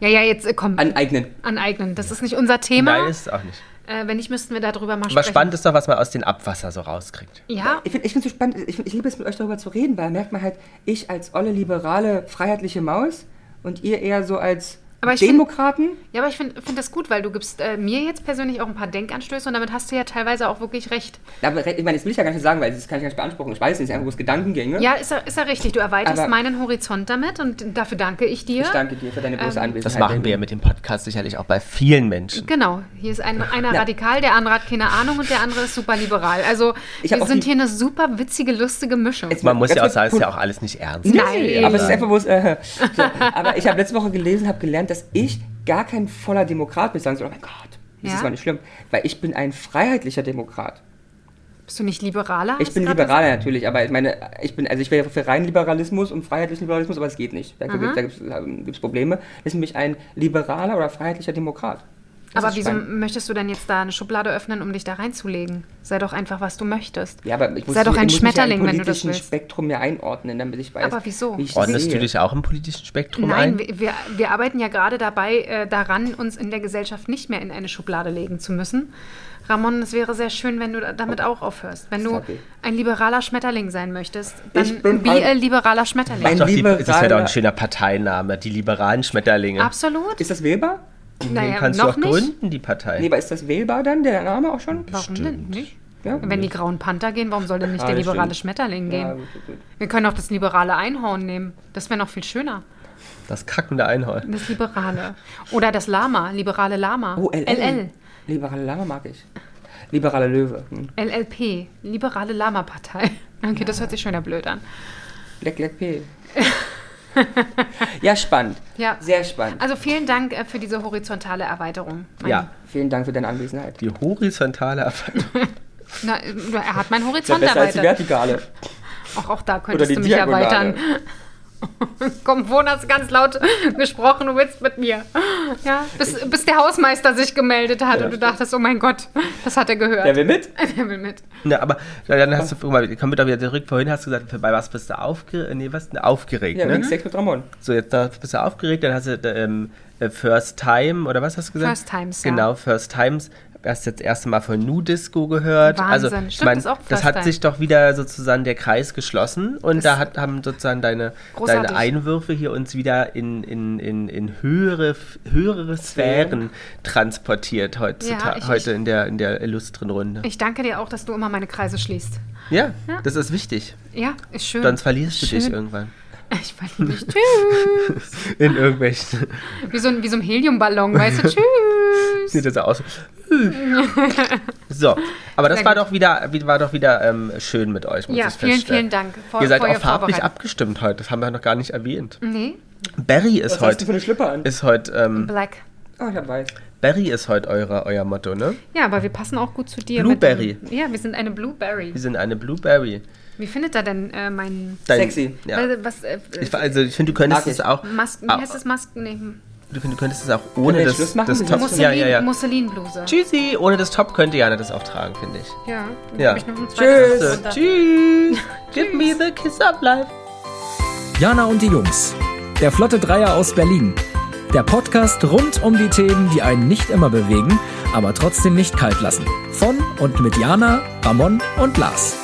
S3: ja, ja, jetzt äh, komm,
S1: Aneignen.
S3: aneignen. Das ist nicht unser Thema.
S2: Nein, ist es auch nicht.
S3: Äh, wenn nicht, müssten wir darüber mal
S2: Aber
S3: sprechen.
S2: spannend ist doch, was man aus dem Abwasser so rauskriegt.
S3: Ja,
S1: Ich finde es so spannend, ich, find, ich liebe es mit euch darüber zu reden, weil da merkt man halt, ich als olle, liberale, freiheitliche Maus und ihr eher so als
S3: Aber ich find-
S1: Demokraten.
S3: ja aber ich finde find das gut, weil du gibst äh, mir jetzt persönlich auch ein paar Denkanstöße und damit hast du ja teilweise auch wirklich recht.
S1: Aber ich meine, das will ich ja gar nicht sagen, weil das kann ich gar nicht beanspruchen. Ich weiß nicht, es ist einfach bloß Gedankengänge.
S3: Ja, ist ja, ist ja richtig. Du erweiterst
S1: Aber-
S3: meinen Horizont damit und dafür danke ich dir.
S1: Ich danke dir für deine bloße
S3: Ähm,
S1: Anwesenheit.
S2: Das machen wir ja mit dem Podcast sicherlich auch bei vielen Menschen.
S3: Genau, hier ist ein, einer
S1: Na.
S3: radikal, der andere hat keine Ahnung und der andere ist super liberal. Also
S1: Ich hab
S3: wir
S1: auch
S3: sind
S1: die-
S3: hier eine super witzige, lustige Mischung.
S1: Jetzt-
S2: Man muss
S1: Ganz
S2: ja auch
S1: kurz,
S2: sagen, es ist ja
S1: Punkt.
S2: auch alles nicht ernst.
S3: Nein.
S1: Aber es ist einfach bloß. Äh, so. Aber ich habe letzte Woche gelesen, habe gelernt, dass ich gar kein voller Demokrat bin. Sagen so, oh mein Gott, das
S3: Ja?
S1: ist zwar nicht schlimm, weil ich bin ein freiheitlicher Demokrat.
S3: Bist du nicht liberaler?
S1: Ich
S3: hast
S1: bin
S3: du gerade
S1: Liberaler natürlich, aber ich meine, ich bin, also ich wäre für reinen Liberalismus und freiheitlichen Liberalismus, aber es geht nicht. Da gibt es Probleme. Das ist nämlich ein liberaler oder freiheitlicher Demokrat.
S3: gesagt?
S1: Das
S3: Aber
S1: ist
S3: wieso
S1: spannend.
S3: möchtest du denn jetzt da eine Schublade öffnen, um dich da reinzulegen? Sei doch einfach, was du möchtest.
S1: Ja, aber ich muss,
S3: Sei doch
S1: ich
S3: ein
S1: muss
S3: Schmetterling,
S1: mich ja
S3: wenn
S1: im
S3: du das
S1: politischen
S3: willst.
S1: Spektrum mir einordnen, damit ich weiß.
S3: Aber wieso?
S1: Wie ich
S2: Ordnest
S1: sehe.
S2: du dich auch im politischen Spektrum
S3: Nein,
S2: ein?
S3: wir, wir, wir arbeiten ja gerade dabei äh, daran, uns in der Gesellschaft nicht mehr in eine Schublade legen zu müssen. Ramon, es wäre sehr schön, wenn du da-
S1: Oh.
S3: damit auch aufhörst. Wenn du
S1: Okay.
S3: ein liberaler Schmetterling sein möchtest, dann
S1: Ich bin
S3: be
S1: ein-
S3: ein liberaler Schmetterling.
S1: Ein
S2: Doch, die, das wäre doch
S1: liberaler-
S2: ein schöner Parteiname, die liberalen Schmetterlinge.
S3: Absolut.
S1: Ist das wählbar?
S2: Den
S3: Naja,
S2: kannst
S3: noch
S2: du auch
S3: nicht.
S2: gründen, die Partei.
S1: Nee, aber ist das wählbar dann, der Name auch schon?
S3: Warum denn nicht?
S1: Ja.
S3: Wenn die grauen Panther gehen, warum soll denn nicht
S1: Ah,
S3: der
S1: das
S3: liberale
S1: stimmt.
S3: Schmetterling gehen?
S1: Ja, gut, gut, gut.
S3: Wir können auch das liberale Einhorn nehmen. Das wäre noch viel schöner.
S2: Das kackende Einhorn.
S3: Das liberale. Oder das Lama, liberale Lama.
S1: Oh, LL.
S3: LL.
S1: Liberale Lama mag ich. Liberale Löwe. Hm.
S3: LLP, liberale Lama-Partei. [laughs] Okay, das hört sich schon wieder blöd an. [laughs]
S1: Leck, leck, P. ja, spannend.
S3: Ja.
S1: Sehr spannend.
S3: Also vielen Dank äh, für diese horizontale Erweiterung. Mein-
S2: Ja,
S1: Vielen Dank für deine Anwesenheit.
S2: die horizontale Erfahrung.
S3: Na, äh, er hat meinen
S1: Ist ja
S3: Horizont
S1: besser als die
S3: erweitert.
S1: vertikale.
S3: Auch, auch da
S1: Oder
S3: könntest
S1: die
S3: du mich
S1: diagonale.
S3: erweitern. Komm, Wohn hast ganz laut [laughs] gesprochen, du willst mit mir. Ja, bis, bis der Hausmeister sich gemeldet hat und du dachtest, oh mein Gott, das hat er gehört.
S1: Der will mit?
S3: [laughs] Der will mit.
S2: Ja, aber ja, dann hast du, guck mal, kommen wir doch wieder zurück. Vorhin hast du gesagt, bei was bist du aufgeregt? Nee, was denn aufgeregt,
S1: Ja,
S2: ne?
S1: wegen Sex mit Ramon.
S2: So, jetzt da bist du aufgeregt, dann hast du ähm, äh, First Time oder was hast du gesagt?
S3: First Times, ja.
S2: Genau, First Times. erst jetzt das erste Mal von Nu Disco gehört.
S3: Wahnsinn.
S2: Also,
S3: Stimmt,
S2: ich meine,
S3: ist auch
S2: das
S3: First
S2: hat
S3: Time.
S2: sich doch wieder sozusagen der Kreis geschlossen und
S3: Das-
S2: da hat, haben sozusagen deine,
S3: Großartig.
S2: deine Einwürfe hier uns wieder in, in, in, in höhere, höhere Sphären transportiert heutzutage,
S3: ich-
S2: heute
S3: ich-
S2: in der, in der illustren Runde.
S3: Ich danke dir auch, dass du immer meine Kreise schließt.
S2: ja, das ist wichtig.
S3: Ja, ist schön.
S2: Sonst verlierst du dich
S3: Hm. Schön.
S2: irgendwann
S3: [laughs] Ich verliebe mich. Tschüss.
S2: [laughs] in irgendwelchen.
S3: [laughs] Wie so, ein, wie so ein
S2: [laughs]
S3: Heliumballon, weißt du? Tschüss.
S2: Sieht das aus. so, aber das
S3: Sehr
S2: war
S3: gut.
S2: doch wieder, war doch wieder ähm, schön mit euch, muss
S3: Ja,
S2: ich
S3: vielen,
S2: feststellen.
S3: vielen Dank. Vor-
S2: ihr seid
S3: vorher
S2: auch farblich
S3: vorbereitet.
S2: abgestimmt heute, das haben wir noch gar nicht erwähnt.
S3: Nee,
S2: Barry ist
S1: Was hast du für
S2: heute,
S1: eine Schlipper an?
S2: ist heute, ähm,
S3: Black.
S1: Oh, ich hab weiß.
S2: Barry ist heute eure, euer Motto, ne?
S3: Ja, aber wir passen auch gut zu dir.
S2: Blueberry.
S3: Mit dem, ja, wir sind eine Blueberry.
S2: Wir sind eine Blueberry.
S3: Wie findet er denn äh, meinen...
S2: Dein,
S1: Sexy.
S2: Ja.
S3: Was, was, äh,
S2: Ich, also ich finde, du könntest
S1: Mag
S2: es
S1: ich.
S2: auch,
S3: Masken,
S2: ah,
S3: wie heißt das Masken? Nee,
S2: du find- du könntest es auch
S1: wir
S2: ohne
S1: jetzt
S2: das,
S1: Schluss machen?
S2: das
S1: Wir
S2: Top.
S1: müssen-
S2: Ja, ja, ja.
S3: Musselinbluse.
S2: Tschüssi, ohne das Top könnte Jana das auch tragen, finde ich.
S3: Ja.
S2: Ja.
S3: hab Ich noch ein
S1: Tschüss.
S3: zweites
S2: So,
S3: drunter.
S2: tschüss, give me the kiss of life.
S4: Jana und die Jungs. Der Flotte Dreier aus Berlin. Der Podcast rund um die Themen, die einen nicht immer bewegen, aber trotzdem nicht kalt lassen. Von und mit Jana, Ramon und Lars.